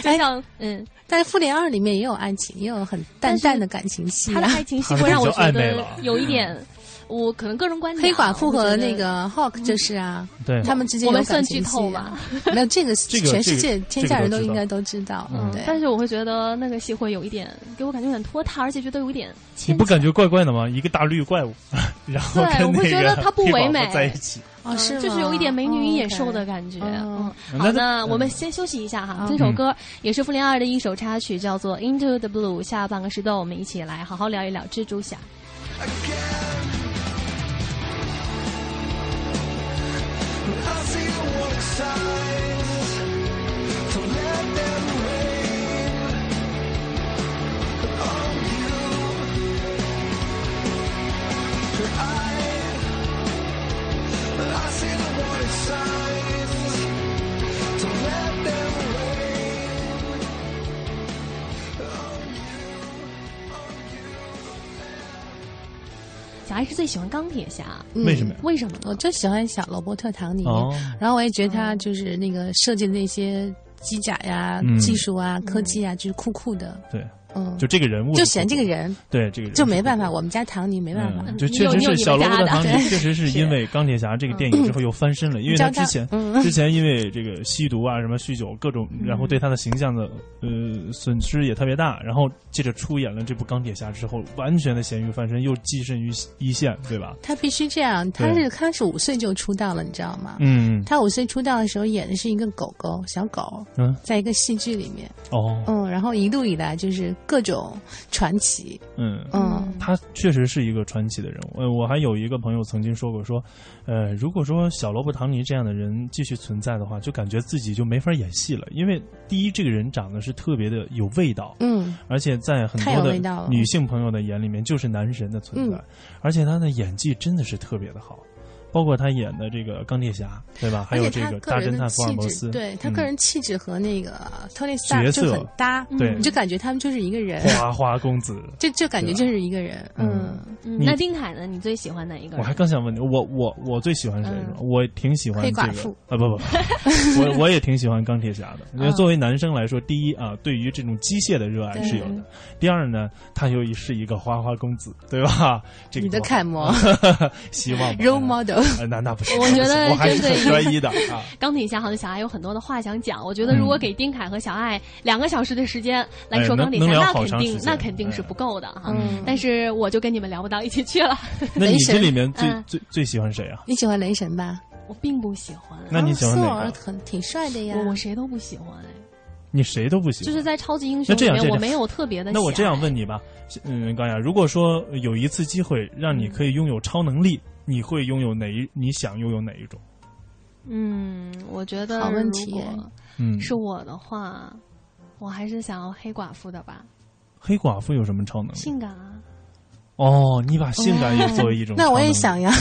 S6: 就像嗯，
S10: 但是《复联二》里面也有爱情，也有很淡淡的感情戏、
S6: 他
S9: (laughs)
S6: 的
S10: 啊。
S6: 爱情戏
S9: 他
S6: 会让
S9: 比
S6: 我
S9: 较
S6: 觉
S9: 暧昧
S6: 得
S9: 了
S6: 有一点，我可能个人观点啊。
S10: 黑寡妇
S6: 我觉
S10: 和
S6: 得嗯
S10: 那个 Hawk 就是啊，
S9: 对
S10: 他们之间
S6: 我
S10: 有
S6: 们
S10: 感
S6: 算
S10: 情
S6: 剧透
S10: 戏
S6: 吧
S10: 啊。 (laughs) 没有这个，
S9: 嗯这个
S10: 全世
S9: 这
S10: 界
S9: 个
S10: 天下人都应该
S9: 这
S10: 都知道。
S9: 嗯
S10: 对，
S6: 但是我会觉得那个戏会有一点，给我感觉有点拖沓，而且觉得有一点
S9: 你
S6: 牵
S9: 不
S6: 强。
S9: 感觉怪怪的吗？一个大绿怪物， (laughs) 然后
S6: 对
S9: 跟
S6: 我会
S9: 那
S6: 觉
S9: 个
S6: 得它不
S9: 黑寡
S6: 唯
S9: 妇
S6: 美
S9: 在一起。
S10: 哦，是吗
S6: 呃嗯就是有一点美女与野兽的
S10: 哦，OK
S6: 感觉。嗯
S10: 哦，
S6: 好，
S9: 那
S6: 那
S9: 嗯
S6: 我们先休息一下哈。
S10: 嗯
S6: 这首歌也是《复联二》的一首插曲，叫做《Into the Blue》。下半个时段，我们一起来好好聊一聊蜘蛛侠。
S5: I see the warning signs.
S6: 小爱是最喜欢钢铁侠，
S10: 嗯
S9: 为什么呀？
S6: 为什么呢？
S10: 我就喜欢小罗伯特·唐尼，
S9: 哦，
S10: 然后我也觉得他就是那个设计的那些机甲呀、
S9: 嗯
S10: 技术啊、科技啊，就是酷酷的，
S9: 对，
S10: 嗯，
S9: 就这个人物，
S10: 就嫌这个，人
S9: 对这个人
S10: 就没办法，我们家唐尼没办法，
S9: 嗯，就
S6: 你
S9: 确
S6: 有
S9: 实
S6: 你有
S9: 是
S6: 你
S9: 小
S6: 们
S9: 罗伯
S6: 家
S9: 特·
S6: 的
S9: 唐尼
S6: 对，
S9: 确实是因为《钢铁侠》这个电影之后又翻身了，因为他之前
S10: 嗯
S9: 之前因为这个吸毒啊、什么酗酒各种，然后对他的形象的呃损失也特别大，然后接着出演了这部《钢铁侠》之后，完全的咸鱼翻身，又跻身于一线，对吧？
S10: 他必须这样。他是他是五岁就出道了，你知道吗？
S9: 嗯
S10: 他五岁出道的时候演的是一个狗狗小狗，
S9: 嗯
S10: 在一个戏剧里面，
S9: 哦
S10: 嗯，然后一路以来就是各种传奇，
S9: 嗯。
S10: 嗯
S9: 他确实是一个传奇的人物。呃，我还有一个朋友曾经说过，说，呃，如果说小罗伯·唐尼这样的人继续存在的话，就感觉自己就没法演戏了，因为第一，这个人长得是特别的有味道，
S10: 嗯，
S9: 而且在很
S10: 太有
S9: 多
S10: 味道
S9: 的
S10: 了
S9: 女性朋友的眼里面就是男神的存在，
S10: 嗯
S9: 而且他的演技真的是特别的好，包括他演的这个钢铁侠，对吧？还
S10: 而
S9: 有
S10: 且
S9: 这
S10: 他
S9: 个
S10: 个
S9: 大侦
S10: 人的
S9: 探福尔
S10: 气
S9: 摩
S10: 质，
S9: 斯，
S10: 对他
S9: 嗯
S10: 个人气质和那个 Tony Stark
S9: 角
S10: 就
S9: 色
S10: 很搭，嗯
S9: 对
S10: 你就感觉他们就是一个人，
S9: 花花公子。
S10: (laughs) 就就感觉就是一个人，
S9: 对吧啊
S10: 嗯
S6: 嗯
S9: 你
S6: 那丁凯呢？你最喜欢哪一个人？
S9: 我还刚想问你，我我我最喜欢谁是吧？
S6: 嗯
S9: 我挺喜欢
S10: 黑
S9: 这
S10: 寡
S9: 个
S10: 妇
S9: 啊，不不，
S6: (laughs)
S9: 不我我也挺喜欢钢铁侠的。因
S6: 嗯
S9: 为作为男生来说，第一啊，对于这种机械的热爱是有的；第二呢，他又是一个花花公子，对吧？这个
S10: 你的
S9: 多好嗯
S10: 楷模
S9: (laughs) 希望吧
S10: ，role model。 (laughs)
S9: 呃那那不是，
S6: 我觉得
S9: 我还是
S6: 针对
S9: 很专一的啊。
S6: 钢铁侠好像小爱有很多的话想讲，我觉得如果给丁凯和小爱两个小时的时间来说
S9: 嗯哎能
S6: 钢铁侠，
S9: 能聊
S6: 那
S9: 好
S6: 肯
S9: 长
S6: 定
S9: 时间哎
S6: 那肯定是不够的哈。
S10: 嗯
S6: 但是我就跟你们聊不到一起去了，
S9: 那你这里面最
S6: 嗯
S9: 最最喜欢谁啊？
S10: 你喜欢雷神吧？
S6: 我并不喜欢，
S9: 那你喜欢
S10: 哦索
S9: 哪
S10: 尔
S9: 个？
S10: 很挺帅的哎呀。
S6: 我我谁都不喜欢，哎
S9: 你谁都不喜
S6: 就
S9: 欢。
S6: 是在超级英
S9: 那
S6: 雄
S9: 这
S6: 里
S9: 样这
S6: 面我
S9: 样
S6: 没有特别的。
S9: 那我这样，问你吧，嗯，高雅，如果说有一次机会让
S6: 嗯
S9: 你可以拥有超能力，你会拥有哪一？你想拥有哪一种？
S6: 嗯，我觉得
S10: 好问题
S6: 如果
S10: 哎
S9: 嗯，
S6: 是我的话，我还是想要黑寡妇的吧，
S9: 黑寡妇有什么超能力？
S6: 性感啊。
S9: 哦，你把性感也作为一种、
S10: 哦那我也。想要，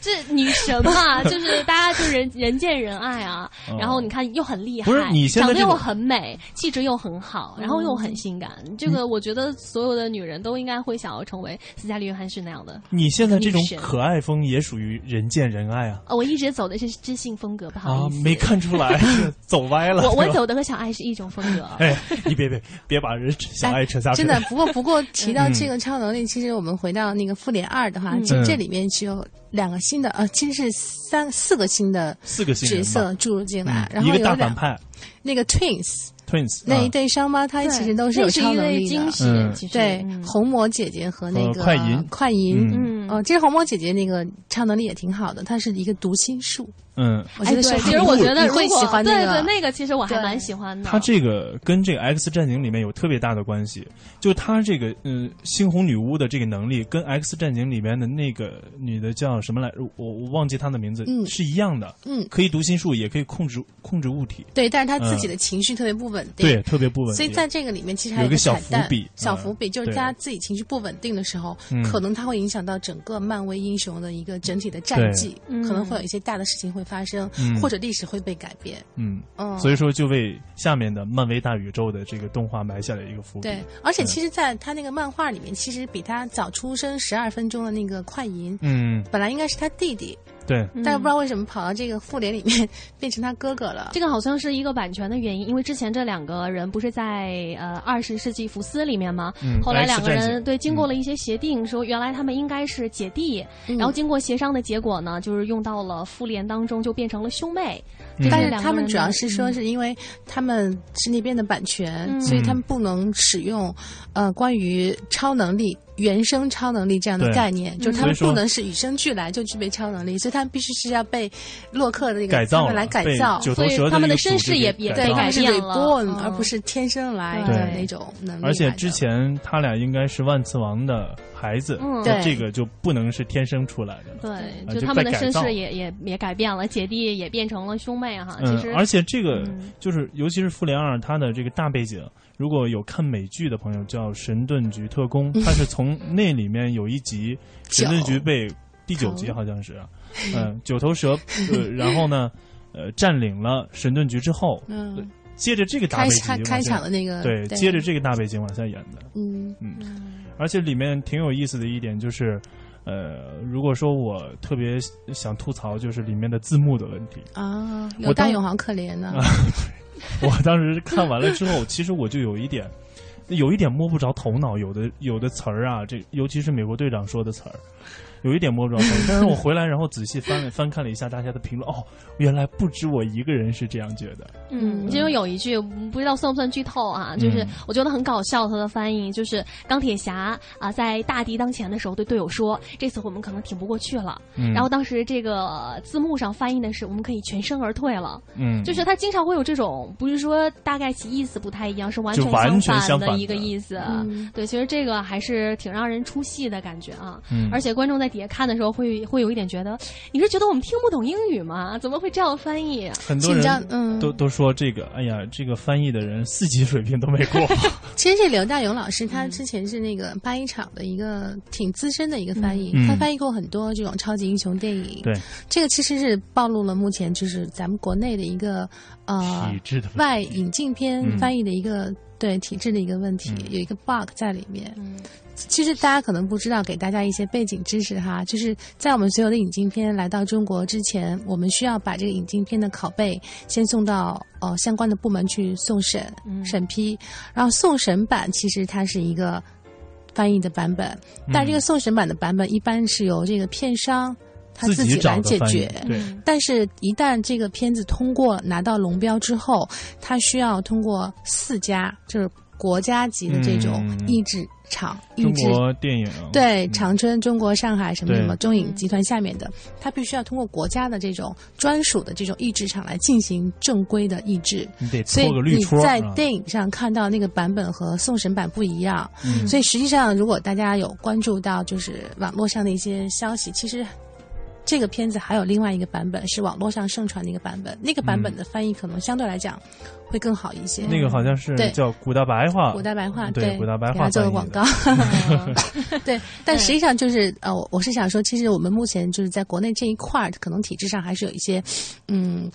S6: 这女神嘛，就是大家就是人人见人爱
S9: (laughs)
S6: 啊。然后你看又很厉害，
S9: 哦不是你现在
S6: 长得
S9: 这个
S6: 又很美，气质又很好，然后又很性感。这
S9: 嗯
S6: 个我觉得所有的女人都应该会想要成为斯嘉丽·约翰逊那样的。
S9: 你现在这种
S6: 女神
S9: 可爱风也属于人见人爱啊
S6: 呃，我一直走的是知性风格，不好
S9: 啊
S6: 意思，！
S9: 没看出
S10: (laughs)
S9: 来，走歪了。
S6: 我我
S9: 是吧
S6: 走的和小爱是一种风格。
S9: (laughs) 哎，你别别别把人小爱扯下水。
S10: (laughs) 真的。不过不过提到
S9: 嗯
S10: 这个超能力，其实我们回到那个复联二的话，其实这里面是有两个新的，呃，其实是三四个新的
S9: 四个新人
S10: 角
S9: 吧嗯
S10: 色注入进来，然
S9: 一
S10: 后
S9: 个
S10: 有
S9: 大反
S10: 两
S9: 派
S10: 那个 twins
S9: Twins
S10: 那一
S9: 啊
S10: 对双胞胎，
S6: 对
S10: 其实都是有
S6: 那是
S10: 超
S6: 一
S10: 能
S6: 位
S10: 力
S6: 惊
S10: 的。
S6: 喜，
S9: 嗯
S6: 其实
S10: 对，
S6: 嗯
S10: 红魔姐姐和那个
S9: 呃快银
S10: 快银，
S6: 嗯
S10: 哦，其实红魔姐姐那个超能力也挺好的，她是一个读心术，
S9: 嗯，
S10: 我觉得
S6: 哎
S10: 是
S6: 对
S10: 很
S6: 其实我
S10: 酷
S6: 觉得
S10: 你
S6: 如果
S10: 会喜欢那
S6: 对
S10: 个，
S6: 对那个，其实我还
S10: 对
S6: 蛮喜欢的。
S9: 他这个跟这个《X 战警》里面有特别大的关系，就他这个嗯、猩红女巫的这个能力，跟《X 战警》里面的那个女的叫什么来，我我忘记她的名字，
S10: 嗯
S9: 是一样的，
S10: 嗯
S9: 可以读心术，也可以控制控制物体，
S10: 对，但是他自己的情绪特别不稳定。
S9: 嗯对，特别不稳定。
S10: 所以在这个里面其实还
S9: 有
S10: 一
S9: 一个
S10: 个
S9: 小
S10: 彩蛋
S9: 伏笔
S10: 小
S9: 嗯
S10: 伏笔就是
S9: 对
S10: 大家自己情绪不稳定的时候
S9: 嗯，
S10: 可能它会影响到整个漫威英雄的一个整体的战
S9: 对
S10: 绩，
S6: 嗯
S10: 可能会有一些大的事情会发生
S9: 嗯，
S10: 或者历史会被改变。
S9: 嗯，
S10: 嗯，
S9: 所以说就为下面的漫威大宇宙的这个动画埋下了一个伏笔。
S10: 对，而且其实，在他那个漫画里面，其实比他早出生十二分钟的那个快银，
S9: 嗯，
S10: 本来应该是他弟弟，
S9: 对，
S10: 但是不知道为什么跑到这个复联里面 (laughs) 变成他哥哥了。
S6: 这个好像是一个版权的原因，因为之前这两个人不是在呃二十世纪福斯里面吗？
S9: 嗯
S6: 后来两个
S9: X 战
S6: 人
S9: 警
S6: 对经过
S9: 嗯
S6: 了一些协定，说原来他们应该是姐弟，
S10: 嗯
S6: 然后经过协商的结果呢，就是用到了复联当中，就变成了兄妹。
S9: 嗯
S6: 这
S10: 嗯但是
S6: 两个
S10: 他们
S6: 人嗯
S10: 主要
S6: 的
S10: 是说，是因为他们是那边的版权，
S6: 嗯
S10: 所以他们不能使用呃关于超能力、原生超能力这样的
S9: 对
S10: 概念，就是他
S9: 所
S10: 们
S9: 以说
S10: 不能是与生俱来就具备超能力，所以他们必须是要被洛克的那个
S9: 改造
S10: 他
S9: 了
S10: 们来改
S9: 被
S10: 造，
S9: 九
S6: 所
S9: 头
S6: 以
S9: 蛇
S6: 他们
S9: 的
S6: 的
S9: 这
S6: 身
S9: 个
S6: 世
S9: 世界
S6: 也
S9: 给
S6: 也
S9: 改
S10: 对，
S9: 造
S10: 他
S9: 了
S10: 们是
S6: 改变了
S10: reborn，、
S6: 嗯
S10: 而不是天生来
S6: 对
S10: 的那种能力来的。
S9: 而且之前他俩应该是万磁王的孩子，
S6: 嗯
S9: 那
S10: 对
S9: 这个就不能是天生出来的了。
S6: 对，
S9: 啊
S6: 就
S9: 就
S6: 他们的
S9: 在改
S6: 身
S9: 造
S6: 世也也也改变了，姐弟也变成了兄妹哈。其实，
S9: 嗯，而且这个
S6: 嗯
S9: 就是，尤其是《复联二》，它的这个大背景，如果有看美剧的朋友，叫《神盾局特工》，它是从那里面有一集
S10: 九
S9: 神盾局被第九集好像是，啊嗯、九头蛇，呃，然后呢，呃，占领了神盾局之后，
S10: 嗯，
S9: 接着这个大
S10: 开
S9: 背
S10: 开
S9: 景
S10: 开场的那个
S9: 对，接着这个大背景往下演的，
S10: 嗯
S9: 而且里面挺有意思的一点就是，呃，如果说我特别想吐槽，就是里面的字幕的问题。 (laughs)
S10: 啊，
S9: 我
S10: 有
S9: 当
S10: 大勇好可怜呢，
S9: 我当时看完了之后，其实我就有一点，有一点摸不着头脑，有的有的词儿啊，这尤其是美国队长说的词儿。有一点摸不着头脑，但是我回来然后仔细翻了 (laughs) 翻看了一下大家的评论，哦，原来不止我一个人是这样觉得。
S6: 嗯，其中有一句不知道算不算剧透啊，就是
S9: 嗯
S6: 我觉得很搞笑，他的翻译就是钢铁侠啊，在大敌当前的时候对队友说：“这次我们可能挺不过去了。
S9: 嗯
S6: 然后当时这个字幕上翻译的是“我们可以全身而退了”，
S9: 嗯，
S6: 就是他经常会有这种，不是说大概其意思不太一样，是完
S9: 就完全
S6: 相
S9: 相反
S6: 的
S9: 的
S6: 一个意思。
S10: 嗯
S6: 对，其实这个还是挺让人出戏的感觉啊。
S9: 嗯
S6: 而且观众在底下看的时候会会有一点觉得，你是觉得我们听不懂英语吗？怎么会这样翻译？
S9: 很多
S10: 紧张
S9: 人
S10: 嗯
S9: 都都说这个，哎呀，这个翻译的人四级水平都没过。
S10: 其实这刘大勇老师，他之前是那个八一厂的一个挺资深的一个翻译，
S9: 嗯
S10: 他翻译过很多这种超级英雄电影。
S9: (laughs) 对，
S10: 这个其实是暴露了目前就是咱们国内的一个呃
S9: 体制的问题
S10: 外引进片
S9: 嗯
S10: 翻译的一个、对体制的一个问题，
S9: 嗯
S10: 有一个 bug 在里面。其实大家可能不知道，给大家一些背景知识哈，就是在我们所有的引进片来到中国之前，我们需要把这个引进片的拷贝先送到呃相关的部门去送审、审批，然后送审版其实它是一个翻译的版本，但这
S9: 嗯
S10: 个送审版的版本一般是由这个片商他自己
S9: 找
S10: 来
S9: 的
S10: 解
S9: 翻译
S10: 决，
S9: 对，
S10: 但是，一旦这个片子通过拿到龙标之后，它需要通过四家，就是国家级的这种
S9: 嗯
S10: 译制厂、译
S9: 中
S10: 制
S9: 国电影
S10: 对
S9: 嗯
S10: 长春、中国上海什么
S9: 对
S10: 什么中影集团下面的，它必须要通过国家的这种专属的这种译制厂来进行正规的译制。
S9: 你得
S10: 所以
S9: 搓个绿
S10: 你
S9: 戳儿
S10: 在
S9: 啊
S10: 电影上看到那个版本和送审版不一样，
S9: 嗯
S10: 所以实际上如果大家有关注到就是网络上的一些消息，其实。这个片子还有另外一个版本是网络上盛传的一个版本，那个版本的翻译可能相对来讲会更好一些。
S9: 那个好像是
S10: 嗯对
S9: 叫古大白话，
S10: 古代白话，
S9: 对古大白
S10: 给
S9: 话
S10: 他做
S9: 翻
S10: 个
S9: 译
S10: 广
S9: 的
S10: 告。对，但实际上就是呃，我我是想说，其实我们目前就是在国内这一块儿，可能体制上还是有一些，嗯。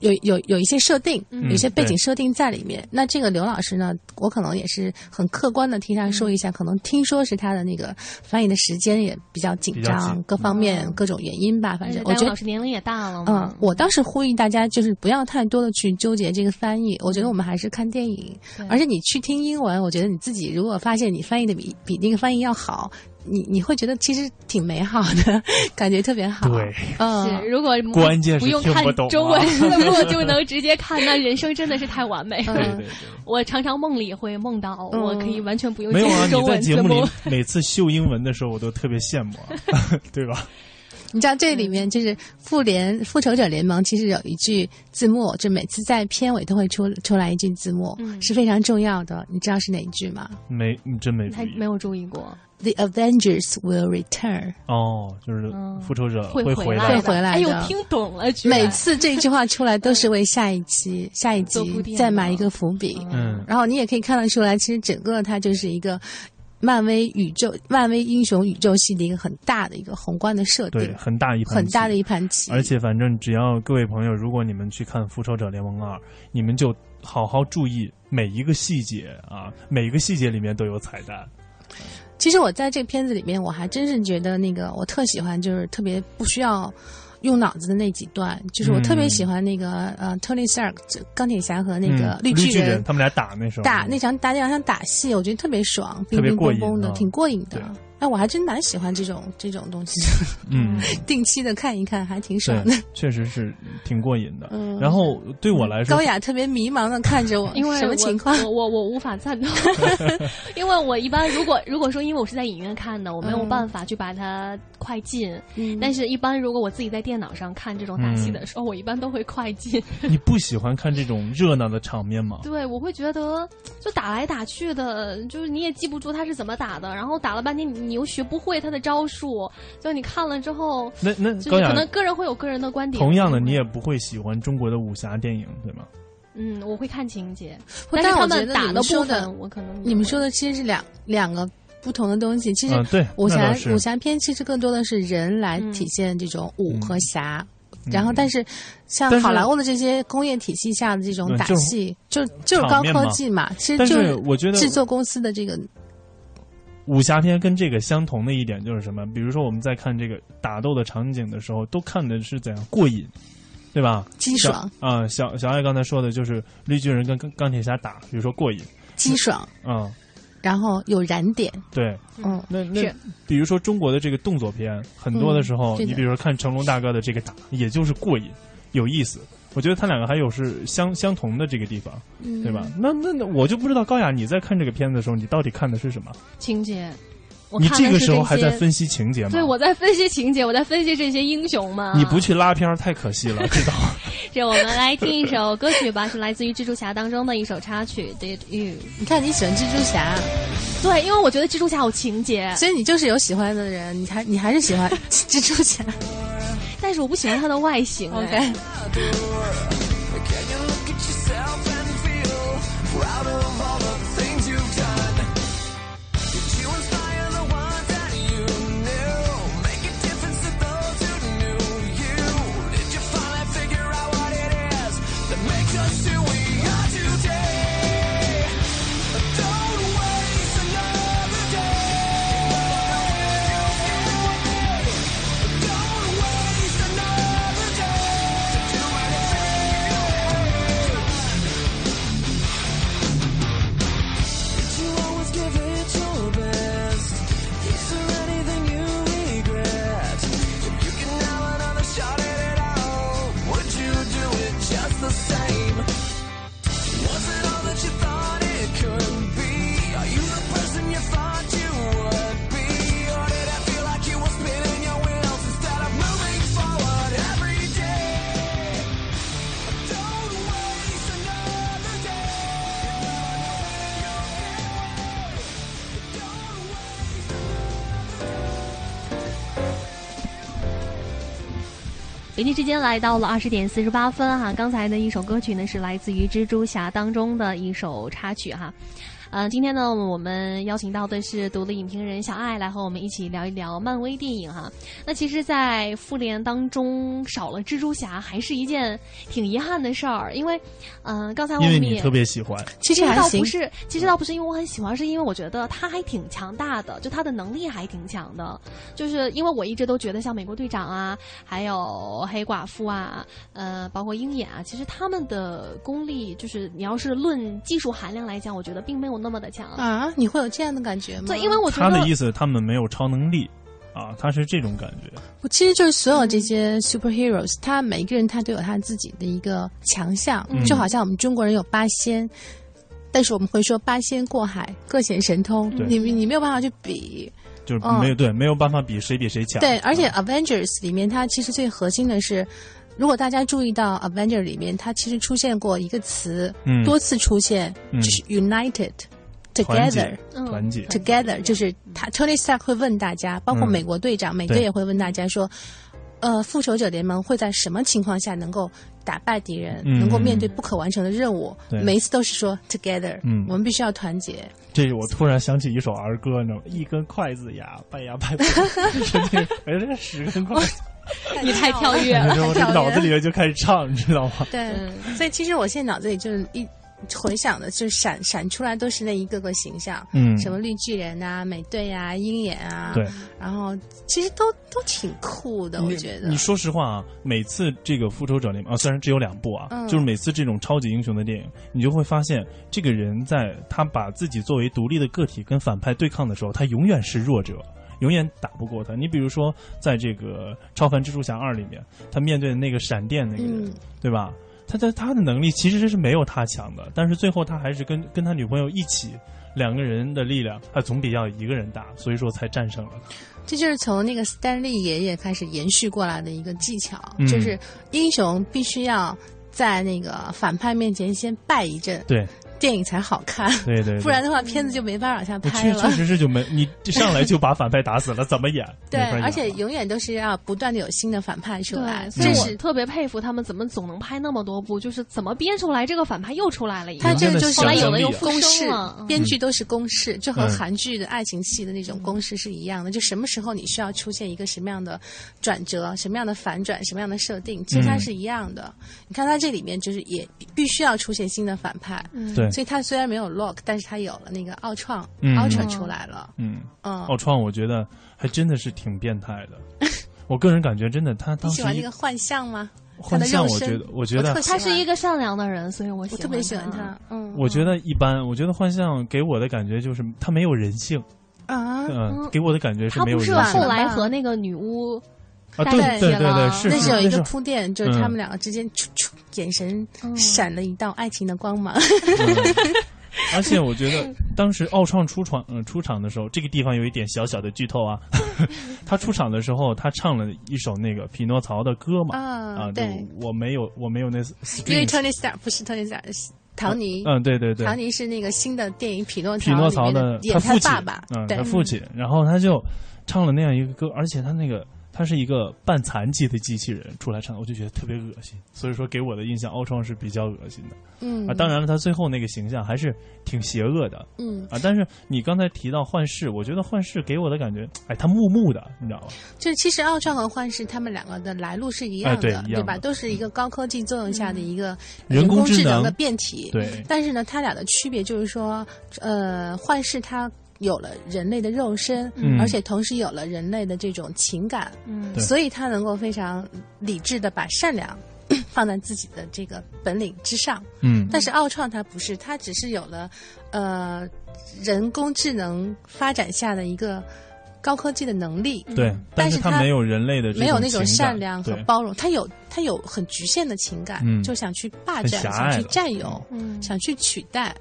S10: 有有有一些设定，有一些背景设定在里面。那这个刘老师呢，我可能也是很客观的听他说一下，可能听说是他的那个翻译的时间也比较紧
S9: 比较
S10: 张，
S9: 紧
S10: 各方面各种原因吧。反
S6: 而且
S10: 正
S6: 戴
S10: 我
S6: 文
S10: 觉
S6: 嗯
S10: 得
S6: 老师年龄也大了嘛，
S10: 嗯，我倒是呼吁大家，就是不要太多的去纠结这个翻译。我觉得我们还是看电影，而且你去听英文，我觉得你自己如果发现你翻译的比比那个翻译要好，你你会觉得其实挺美好的， (laughs) 感觉特别好。 (laughs)
S9: 对，
S10: 嗯，
S6: 是，如果不
S9: 关键是
S6: 不用
S9: 听
S6: 看
S9: 不懂
S6: 中
S9: 啊
S6: 文
S9: (laughs)
S6: 字幕就能直接看，那人生真的是太完美了。
S9: 对对
S6: 我常常梦里会梦到，
S10: 嗯
S6: 我可以完全不用
S9: 对，没有啊！
S6: 接触中
S9: 你在
S6: 文
S9: 节
S6: 字
S9: 目里
S6: 幕。
S10: (laughs)
S9: 每次秀英文的时候，我都特别羡慕，啊， (laughs) 对吧？
S10: 你知道这里面就是复联复仇者联盟，其实有一句字幕，就每次在片尾都会出出来一句字幕，是非常重要的。你知道是哪一句吗
S9: 没，你真没注
S6: 还
S9: 意
S6: 没有注意过，
S10: ？The Avengers will return。
S9: 哦，就是复仇者
S6: 会
S9: 呃回
S6: 来的，
S10: 来嗯会回来的
S6: 哎呦，听懂了，居然
S10: 每次这句话出来都是为下一期、下一
S6: 做铺
S10: 集
S6: 垫
S10: 再
S6: 的
S10: 埋一个伏笔。
S9: 嗯
S10: 然后你也可以看得出来，其实整个它就是一个漫威宇宙、漫威英雄宇宙系的一个很大的一个宏观的设
S9: 对，
S10: 定，
S9: 很大一盘
S10: 很大
S9: 棋
S10: 的一盘棋。
S9: 而且反正只要各位朋友，如果你们去看《复仇者联盟二》，你们就好好注意每一个细节啊，每一个细节里面都有彩蛋。
S10: 其实我在这个片子里面，我还真是觉得那个我特喜欢，就是特别不需要用脑子的那几段，就是我特别
S9: 嗯
S10: 喜欢那个、呃，Tony Stark 就钢铁侠和那个
S9: 嗯
S10: 绿
S9: 巨
S10: 人。
S9: 他们俩打那时候
S10: 打那场打两场打戏，我觉得特别爽，
S9: 特
S10: 乒
S9: 别
S10: 乒
S9: 过
S10: 乓
S9: 瘾
S10: 乓的，
S9: 啊
S10: 挺过瘾的
S9: 对。
S10: 哎，我还真蛮喜欢这种这种东西，
S9: (laughs) 嗯，
S10: 定期的看一看，还挺 (laughs) 爽
S9: 对
S10: 的。，
S9: 确实是挺过瘾的。
S10: 嗯
S9: 然后对我来说
S10: 高，雅特别迷茫的看
S9: (laughs)
S10: 着我，
S6: 因为
S10: 什么
S6: 我
S10: 情况？
S6: 我我我无法赞同， (laughs) 因为我一般如果如果说因为我是在影院看的，我没有
S10: 嗯
S6: 办法去把它快进。
S10: 嗯
S6: 但是，一般如果我自己在电脑上看这种打
S9: 嗯
S6: 戏的时候，我一般都会快进。
S9: 你不喜欢看这种热闹的场面吗？
S6: 对，我会觉得就打来打去的，就是你也记不住他是怎么打的，然后打了半天你你又学不会他的招数，就你看了之后，
S9: 那那
S6: 就是
S9: 高雅
S6: 可，能个人会有个人的观点。
S9: 同样的你也不会喜欢中国的武侠电影，对吗？
S6: 嗯，我会看情节，
S10: 不
S6: 是
S10: 但
S6: 他
S10: 我觉
S6: 们
S10: 得
S6: 打
S10: 你们
S6: 部
S10: 说的
S6: 分，我可能
S10: 你们说
S6: 的
S10: 的其实是两两个不同的东西。其实
S9: 嗯对
S10: 武
S9: 那
S10: 侠
S9: 倒是
S10: 武侠片其实更多的是人来体现这种武和侠。然后，但是像
S9: 嗯但是
S10: 好莱坞的这些工业体系下的这种
S9: 对
S10: 打
S9: 就是
S10: 戏，就就是
S9: 场
S10: 高
S9: 面嘛
S10: 科技嘛，其实
S9: 但
S10: 就是
S9: 我觉得
S10: 制作公司的这个
S9: 武侠片跟这个相同的一点就是什么？比如说我们在看这个打斗的场景的时候，都看的是怎样过瘾，对吧？
S10: 激爽、
S9: 小啊、小小爱刚才说的就是绿巨人跟钢钢铁侠打，比如说过瘾
S10: 激爽，
S9: 啊、嗯
S10: 然后有燃点，
S9: 对。
S10: 嗯，
S9: 那那
S6: 是
S9: 比如说中国的这个动作片，很多的时候，
S10: 嗯是的
S9: 你比如说看成龙大哥的这个打，也就是过瘾，有意思。我觉得他两个还有是相相同的这个地方，
S6: 嗯
S9: 对吧？那那那我就不知道高雅，你在看这个片子的时候，你到底看的是什么？
S6: 情节。我
S9: 你
S6: 看
S9: 这
S6: 的
S9: 个
S6: 是
S9: 时候
S6: 这
S9: 还在
S6: 些
S9: 分析情节吗？
S6: 对，我在分析情节，我在分析这些英雄嘛。
S9: 你不去拉片儿太可
S6: (laughs)
S9: 惜了，知道吗？
S6: 这，我们来听一首歌曲吧，是来自于蜘蛛侠当中的一首插曲《Did You》。
S10: 你看你喜欢蜘蛛侠，啊
S6: 对，因为我觉得蜘蛛侠有情节，
S10: (laughs) 所以你就是有喜欢的人，你还你还是喜欢 (laughs) 蜘蛛侠。
S6: 但是我不喜欢他的外形。哎
S10: OK，
S2: Can you look at yourself and feel proud of all the things you've done? Did you inspire the ones that you knew? Make a difference to those who knew you? Did you finally figure out what it is that makes us who we are today? Don't waste another day. Don't waste another day to do anything. Did you always give it your best? Is there anything you regret? If you can have another shot at it all, would you do it just the same? Was it all that you thought it could be? Are you the person you thought you would be? Or did it feel like you were spinning your wheels instead of moving forward every day? Don't waste another day. Don't waste
S6: 北京时间来到了二十点四十八分哈、刚才的一首歌曲呢是来自于《蜘蛛侠》当中的一首插曲哈、呃，今天呢，我们邀请到的是独立影评人小爱来和我们一起聊一聊漫威电影哈、那其实，在复联当中少了蜘蛛侠，还是一件挺遗憾的事儿，因为，嗯、刚才我
S9: 因
S6: 们
S9: 为
S6: 也
S9: 你特别喜欢，
S6: 其
S10: 其实
S6: 实
S10: 还
S6: 倒
S10: 行
S6: 不，是，其实倒不是因为我很喜欢，是因为我觉得他还挺强大的，就他的能力还挺强的。就是因为我一直都觉得像美国队长啊，还有黑寡妇啊，呃，包括鹰眼啊，其实他们的功力，就是你要是论技术含量来讲，我觉得并没有那么的强。
S10: 啊，你会有这样的感觉吗？
S6: 对，因为我觉
S9: 他
S6: 得
S9: 的意思他们没有超能力啊，他是这种感觉。
S10: 我其实就是所有这些 superheroes，他每个人他都有他自己的一个强项，就好像我们中国人有八仙，但是我们会说八仙过海，各显神通
S9: 对，
S10: 你你没有办法去比。
S9: 就是
S6: 哦
S10: 嗯
S9: 没有、对，没有办法比谁比谁强。
S10: 对，而且
S9: 嗯
S10: Avengers 里面它其实最核心的是。如果大家注意到 Avenger 里面，它其实出现过一个词，
S9: 嗯
S10: 多次出现，
S9: 嗯
S10: 就是 United、
S9: 团
S10: Together
S9: 结、
S6: 嗯
S9: 团结，
S10: Together，就是他 Tony Stark 会问大家，包括
S9: 嗯
S10: 美国队长，美
S9: 对
S10: 队也会问大家说，呃，复仇者联盟会在什么情况下能够打败敌人，
S9: 嗯
S10: 能够面对不可完成的任务？
S9: 对
S10: 每一次都是说 Together，
S9: 嗯
S10: 我们必须要团结。
S9: 这是我突然想起一首儿歌，你知道吗？一根筷子呀，掰呀掰不 (laughs) 断，是这个，哎，这十根筷子，
S6: 你太跳跃了。
S9: 然后我这脑子里面就开始唱，你知道吗？
S10: 对，所以其实我现在脑子里就是一。回想的就是闪闪出来都是那一个个形象，
S9: 嗯
S10: 什么绿巨人啊、美队啊、鹰眼啊，
S9: 对，
S10: 然后其实都都挺酷的，我觉得。
S9: 你说实话啊，每次这个复仇者联盟啊，虽然只有两部啊，
S10: 嗯
S9: 就是每次这种超级英雄的电影，你就会发现，这个人在他把自己作为独立的个体跟反派对抗的时候，他永远是弱者。永远打不过他。你比如说，在这个《超凡蜘蛛侠二》里面，他面对的那个闪电那个人，
S10: 嗯
S9: 对吧？他在他的能力其实是没有他强的，但是最后他还是跟跟他女朋友一起，两个人的力量，他总比要一个人大，所以说才战胜了他。
S10: 这就是从那个斯丹利爷爷开始延续过来的一个技巧，
S9: 嗯
S10: 就是英雄必须要在那个反派面前先败一阵，
S9: 对，
S10: 电影才好看。
S9: 对对对
S10: 不然的话片子就没法往下
S9: 我
S10: 拍
S9: 确
S10: 了
S9: 确。实是就没你上来就把反派打死了，怎么
S10: (laughs)
S9: 演？
S10: 对
S9: 没法，演
S10: 而且永远都是要不断的有新的反派出来，
S9: 嗯
S6: 所以
S10: 这
S6: 我
S10: 是
S6: 特别佩服他们怎么总能拍那么多部，就是怎么编出来这个反派又出来了一
S10: 它
S6: 个。
S10: 这个就是
S9: 后来有了
S6: 又
S10: 公
S6: 复生
S10: 式啊
S6: 了嗯，
S10: 编剧都是公式，就和
S9: 啊嗯
S10: 韩剧的爱情戏的那种公式是一样的。就什么时候你需要出现一个什么样的转折、什么样的反转、什么样的设定，其实它
S9: 嗯
S10: 是一样的。你看它这里面就是也必须要出现新的反派，
S9: 对，
S10: 所以它虽然没有 Lock，但是它有了那个奥创
S9: 嗯
S10: ，Ultra 出来了。
S9: 嗯，
S10: 嗯，
S9: 奥创我觉得还真的是挺变态的。我个人感觉真的，他
S10: 你
S9: 当
S10: 喜
S9: 时
S10: 欢
S9: 一
S10: 那个幻象吗？它
S9: 幻
S10: 的
S9: 象，
S10: 肉
S9: 我觉
S10: 身
S9: 得，我觉得
S10: 特喜
S6: 他
S10: 欢
S6: 是一个善良的人，所以我喜
S10: 我
S6: 欢
S10: 特别喜欢他。嗯
S9: 我觉得一般，我觉得幻象给我的感觉就是他没有人性，
S10: 啊，
S9: 嗯，给我的感觉是
S6: 他
S9: 没有
S6: 不
S9: 人
S6: 是
S9: 性
S6: 后
S9: 的
S6: 来和那个女巫
S9: 啊，
S6: 大
S9: 对
S6: 姐
S9: 对对
S6: 了
S9: 对，是
S10: 那
S9: 是
S10: 是有一个
S9: 那
S10: 铺垫，就是他
S9: 嗯
S10: 们两个之间，咻咻眼神闪了一道爱情的光
S9: (laughs)
S10: 芒。
S9: 嗯而且我觉
S10: (laughs)
S9: 得当时奥创出场、呃、出场的时候，这个地方有一点小小的剧
S10: (laughs)
S9: 透啊。他出场的时候，他唱了一首那个匹诺曹的歌嘛，
S10: 啊
S9: 啊，
S10: 对
S9: 就我没有我没有那
S10: 因
S9: strings，
S10: 为 Tony Stark 不是 Tony Stark，是唐尼。
S9: 嗯，对对对，
S10: 唐尼是那个新的电影《匹诺
S9: 匹诺曹
S10: 里面
S9: 的
S10: 演
S9: 他父亲
S10: 爸爸，
S9: 嗯，
S10: 对
S9: 他，父亲，然后他就唱了那样一个歌，而且他那个他是一个半残疾的机器人出来唱，我就觉得特别恶心，所以说给我的印象，奥创是比较恶心的
S10: 嗯
S9: 啊。当然了，他最后那个形象还是挺邪恶的
S10: 嗯，
S9: 啊。但是你刚才提到幻视，我觉得幻视给我的感觉，哎，他木木的，你知道吧？
S10: 就是其实奥创和幻视他们两个的来路是一
S9: 哎
S10: 样
S9: 对
S10: 的，
S9: 一样
S10: 吧？
S9: 的嗯
S10: 都是一个高科技作用下的一个
S9: 人工
S10: 工
S9: 智
S10: 智能的
S9: 能
S10: 变体，
S9: 对，
S10: 嗯但是呢，它俩的区别就是说，呃，幻视它有了人类的肉身，
S9: 嗯
S10: 而且同时有了人类的这种情感，
S6: 嗯
S9: 对
S10: 所以它能够非常理智的把善良 (coughs) 放在自己的这个本领之上。
S9: 嗯
S10: 但是奥创它不是，它只是有了呃人工智能发展下的一个高科技的能力，
S9: 对，但
S10: 是
S9: 是他
S10: 他
S9: 没有人类的这
S10: 没有那种
S9: 情感
S10: 善良和
S9: 对
S10: 包容，他有他有很局限的情感，
S9: 嗯
S10: 就想去霸
S9: 很
S10: 占，
S9: 狭
S10: 想
S9: 隘
S10: 去
S9: 了
S10: 占有，
S6: 嗯
S10: 想去取代。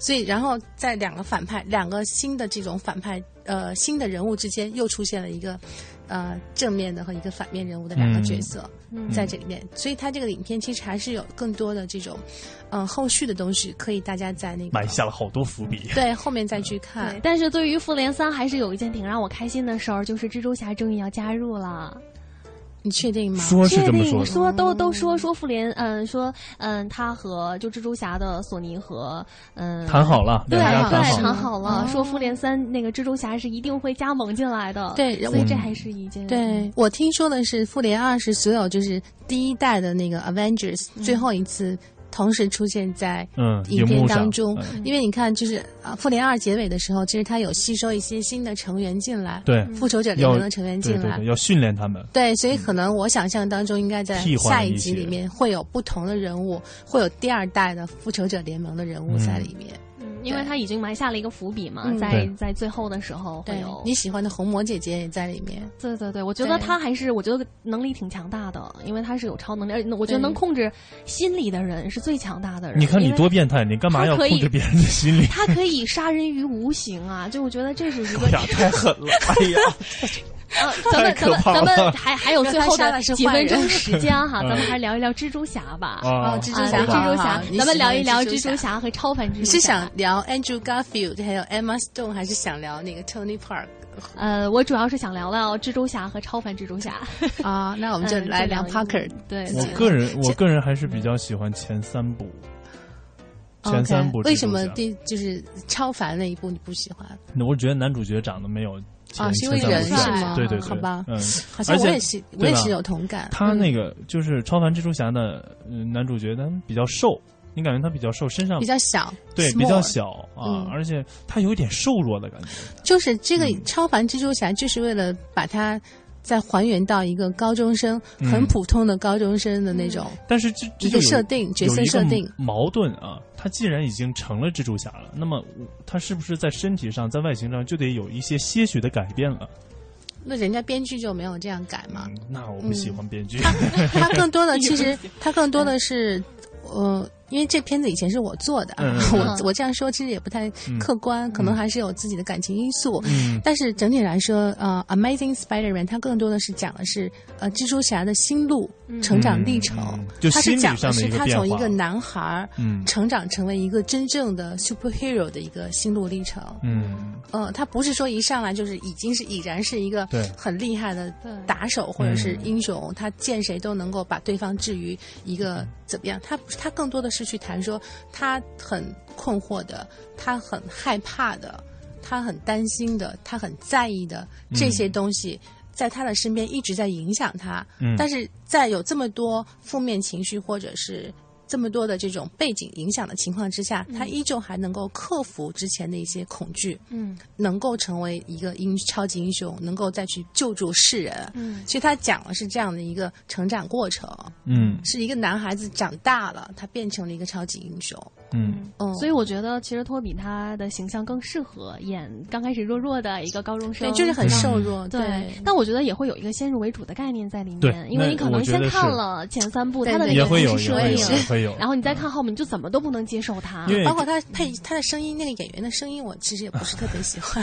S10: 所以，然后在两个反派、两个新的这种反派，呃，新的人物之间又出现了一个，呃，正面的和一个反面人物的两个
S9: 嗯
S10: 角色，在这里面。所以，它这个影片其实还是有更多的这种，嗯、后续的东西可以大家在那个
S9: 埋下了好多伏笔。
S10: 对后面再去看
S6: 对，。但是对于复联三，还是有一件挺让我开心的事儿，就是蜘蛛侠终于要加入了。
S10: 你确定吗？
S9: 说是
S6: 确
S9: 这么
S6: 定
S9: 说的，
S6: 说都都说说复联，嗯，说嗯，他和就蜘蛛侠的索尼和嗯
S9: 谈好了，
S6: 对
S9: 两家
S10: 啊谈
S9: 谈
S6: 对
S9: 好
S6: 谈
S9: 了。
S6: 好
S10: 哦
S6: 了，说复联三那个蜘蛛侠是一定会加盟进来的，
S10: 对
S6: 所
S10: 我
S9: 嗯
S6: 以这还是一件
S10: 对我听说的是，复联二是所有就是第一代的那个 Avengers、最
S6: 嗯
S10: 后一次同时出现在
S9: 嗯
S10: 影
S9: 荧
S10: 片
S9: 幕上
S10: 当中，
S9: 嗯
S10: 因为你看，就是啊，复联二结尾的时候，其实它有吸收一些新的成员进来，
S9: 对
S10: 复仇者联
S9: 要
S10: 盟的成员进
S9: 对
S10: 来。
S9: 对对，要训练他们。
S10: 对，所以可能我想象当中应该在
S9: 替换
S10: 下
S9: 一
S10: 一集
S9: 些
S10: 里面会有不同的人物，会有第二代的复仇者联盟的人物在里面。
S6: 嗯因为
S10: 对
S6: 他已经埋下了一个伏笔嘛，
S10: 嗯
S6: 在
S9: 对
S6: 在最后的时候会
S10: 对
S6: 有，。
S10: 你喜欢的红魔姐姐也在里面。
S6: 对对对，我觉得
S10: 对
S6: 他还是我觉得能力挺强大的，因为他是有超能力，而且我觉得
S10: 对
S6: 能控制心理的人是最强大的人。
S9: 你看你
S6: 因为
S9: 多变态，你干嘛要
S6: 他可以
S9: 控制别人的心
S10: (laughs)
S9: 理？
S6: 他可以杀人于无形啊！就我觉得这是一个
S9: (laughs) 哎呀，太狠了！哎呀，
S6: 呃，咱们咱
S9: 太可
S6: 们
S9: 怕
S6: 咱
S9: 了
S6: 们还还有最后
S10: 让他杀
S6: 的
S10: 的是
S6: 几
S10: 坏
S6: 分
S10: 人
S6: 钟时间哈，
S9: (laughs) 嗯
S6: 咱们还是聊一聊蜘蛛侠吧。
S9: 啊
S10: (laughs) 哦蜘蛛侠
S6: 啊
S10: 好
S6: 蜘蛛
S10: 好
S6: 侠
S10: 好，你
S6: 咱们
S10: 喜
S6: 聊
S10: 欢
S6: 一聊
S10: 蜘蛛
S6: 蜘蛛
S10: 侠
S6: 侠和超凡蜘蛛
S10: 你
S6: 侠。
S10: 是想聊 Andrew Garfield 还有 Emma Stone，还是想聊那个 Tony Park
S6: 呃，我主要是想聊聊蜘蛛侠和超凡蜘蛛侠。
S10: 啊？
S6: (laughs)
S10: 那我们就
S6: 嗯
S10: 来聊
S6: 一部
S10: Parker。
S6: 对，
S9: 我
S6: 对
S9: 个人我个人还是比较喜欢前三部，前三部
S10: 嗯 OK，为
S9: 蜘蛛
S10: 什么
S9: 侠
S10: 第就是超凡那一部你不喜欢？
S9: 那我觉得男主角长得没有前
S10: 啊是因为
S9: 前三部
S6: 人
S9: 帅
S6: 是吗
S9: 对对对，
S10: 好吧 (laughs)
S9: 嗯，
S10: 好像
S9: 而且
S10: 我也是，我也
S9: 对吧
S10: 是有同感。
S9: 他
S10: 嗯
S9: 那个就是超凡蜘蛛侠的呃男主角，他比较瘦，你感觉他比较瘦，身上
S10: 比较小，
S9: 对
S10: small
S9: 比较，小啊
S10: 嗯，
S9: 而且他有一点瘦弱的感觉。
S10: 就是这个
S9: 嗯
S10: 超凡蜘蛛侠，就是为了把它再还原到一个高中生
S9: 嗯
S10: 很普通的高中生的那种。
S9: 但是这这
S10: 一
S9: 就
S10: 个
S9: 有
S10: 设定角
S9: 有
S10: 色
S9: 一个
S10: 设定
S9: 矛盾啊。他既然已经成了蜘蛛侠了，那么我他是不是在身体上、在外形上就得有一些些许的改变了？
S10: 那人家编剧就没有这样改嘛？
S9: 嗯，那我不喜欢编剧。 (laughs)
S10: 它更多的其实它更多的是，呃，因为这片子以前是我做的，啊
S9: 嗯，嗯
S6: 嗯
S10: (laughs) 我我这样说其实也不太客观，可能还是有自己的感情因素。
S9: 嗯
S10: 但是整体来说，呃，《Amazing Spider-Man》它更多的是讲的是呃蜘蛛侠的心路、成长历程，
S9: 嗯就
S10: 它
S9: 心
S10: 是
S9: 理
S10: 讲
S9: 上
S10: 的
S9: 的
S10: 是
S9: 一个
S10: 他
S9: 变
S10: 从一
S9: 化
S10: 个男孩儿
S9: 嗯
S10: 成长成为一个真正的 superhero 的一个心路历程。
S9: 嗯
S10: 嗯，他不是说一上来就是已经是已然是一个
S9: 对嗯
S10: 很厉害的
S6: 对
S10: 打手或者是英雄，他见谁都能够把对方置于一个
S9: 嗯
S10: 怎么样？他不是他更多的是去谈说他很困惑的，他很害怕的，他很担心的，他很在意的
S9: 嗯
S10: 这些东西。在他的身边一直在影响他，
S9: 嗯
S10: 但是在有这么多负面情绪或者是这么多的这种背景影响的情况之下，他依旧还能够克服之前的一些恐惧，
S6: 嗯
S10: 能够成为一个英超级英雄，能够再去救助世人。
S6: 嗯
S10: 其实他讲的是这样的一个成长过程，
S9: 嗯
S10: 是一个男孩子长大了，他变成了一个超级英雄。
S9: 嗯
S10: 嗯，
S6: 所以我觉得，其实托比他的形象更适合演刚开始弱弱的一个高中生，
S10: 对，就是
S9: 嗯
S10: 很
S6: 然后
S10: 瘦弱，
S6: 嗯对，但我觉得也会有一个先入为主的概念在里
S9: 对
S6: 面，因为
S9: 那
S6: 你可
S9: 我
S6: 能
S9: 觉
S6: 先
S9: 得
S6: 看
S9: 是
S6: 了前三部，
S10: 对
S6: 他的
S10: 对
S9: 也
S10: 也
S6: 那个
S9: 会
S10: 会
S9: 有
S6: 故
S10: 有嗯
S6: 事
S9: 也
S10: 我
S6: 设
S9: 会
S10: 也
S9: 有
S10: 是
S9: 也
S6: 定，
S9: 会有，
S6: 然后你再看后面，你就怎么都不能接受他。
S9: 因为
S10: 啊包括他配他的声音，那个演员的声音，我其实也不是特别喜
S6: (laughs)
S10: 欢。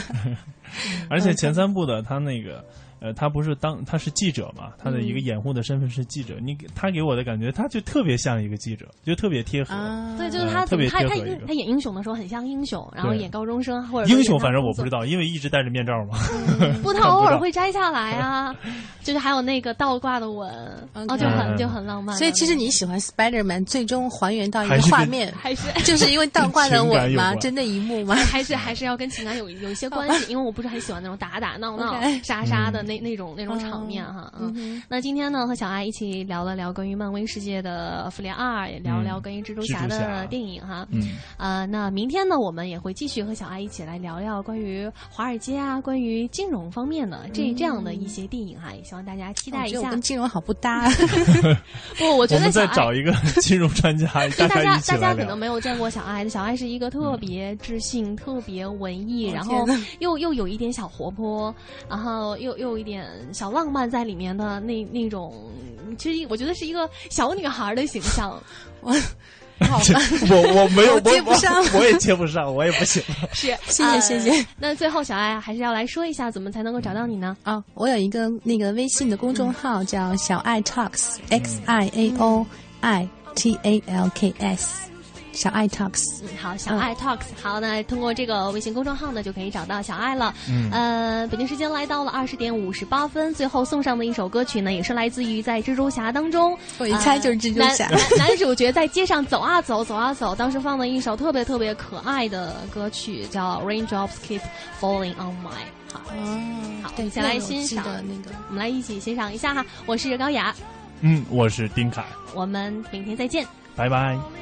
S9: 而且前三部的他那个。呃，他不是当他是记者嘛？他的
S10: 嗯
S9: 一个掩护的身份是记者。你给他给我的感觉，他就特别像一个记者，就特别贴合。
S10: 啊，
S6: 对，就是
S9: 呃
S6: 他
S9: 特
S6: 怎么
S9: 别
S6: 他
S9: 贴
S6: 他
S9: 合一个
S6: 他演英雄的时候很像英雄，然后
S9: 对
S6: 演高中生或者
S9: 英雄，反正我不知
S6: 道。
S9: 道，因为一直戴着面罩嘛。 (laughs)
S6: 不，他偶尔会摘下来啊，就是还有那个倒挂的吻，
S10: OK
S6: 哦，就很
S9: 嗯
S6: 就很浪漫。
S10: 所以其实你喜欢 Spider-Man，最终还原到一
S9: 还
S10: 个
S9: 是
S10: 画
S9: 跟
S10: 面，
S6: 还是
S10: (laughs) 就是因为倒挂
S6: (laughs)
S10: 的
S9: 情感
S10: 吻
S9: 有
S10: 吗？
S9: 关
S10: 真的一幕吗？
S6: 还是还是要跟情感有有一些关系，因为我不是很喜欢那种打打闹闹、
S10: OK
S6: 杀杀
S9: 嗯
S6: 的那那种那种场面哈。嗯，那今天呢，和小爱一起聊了聊关于漫威世界的《复联二》，也聊了聊关于蜘蛛侠
S9: 嗯蜘蛛侠
S6: 的电影哈。
S9: 嗯，
S6: 呃，那明天呢，我们也会继续和小爱一起来聊聊关于华尔街啊，关于金融方面的这这样的一些电影哈，也希望大家期待
S10: 我
S6: 一
S10: 觉得我
S6: 下
S10: 跟。金融好不搭。
S6: (laughs) 不，我觉
S9: 我
S6: 得
S9: 们
S6: 小
S9: 再
S6: 爱。
S9: 找
S6: (laughs)
S9: 一个金融专家，
S6: 就大
S9: 家
S6: 家
S9: 一起
S6: 大
S9: 来
S6: 家可
S9: 聊
S6: 能没有见过小爱，小爱是一个特别知性、特别文艺，
S10: 哦
S6: 然后
S10: 天
S6: 又又有一点小活泼，然后又又有一点小浪漫在里面的那那种，其实我觉得是一个小女孩的形
S10: (laughs)
S6: 象，
S10: 好
S6: (laughs)
S10: 吧， (laughs)
S9: 我我没有，
S10: 我接不上
S9: 我我也接不上，我也不行。
S6: 是
S10: 谢谢
S6: 呃
S10: 谢谢
S6: 那最后，小爱还是要来说一下怎么才能够找到你呢？
S10: 啊、我有一个那个微信的公众号叫小爱 Talks X I A O I T A L K S，小爱 Talks。
S6: 嗯，好，小爱 Talks。好，那通过这个微信公众号呢，就可以找到小爱了。嗯，呃，北京时间来到了二十点五十八分，最后送上的一首歌曲呢，也是来自于在蜘蛛侠当中，
S10: 我一猜就是蜘蛛侠
S6: 呃男男男主角在街上走啊走，走啊走，当时放的一首特别特别可爱的歌曲，叫《Raindrops Keep Falling on My》。好，
S10: 哦
S6: 好
S10: 对，
S6: 小爱
S10: 那个我
S6: 欣
S10: 记
S6: 赏
S10: 得那个。
S6: 我们来一起欣赏一下哈。我是高雅，
S9: (laughs) 嗯，我是丁凯，
S6: 我们明天再见。
S9: 拜拜。
S2: Now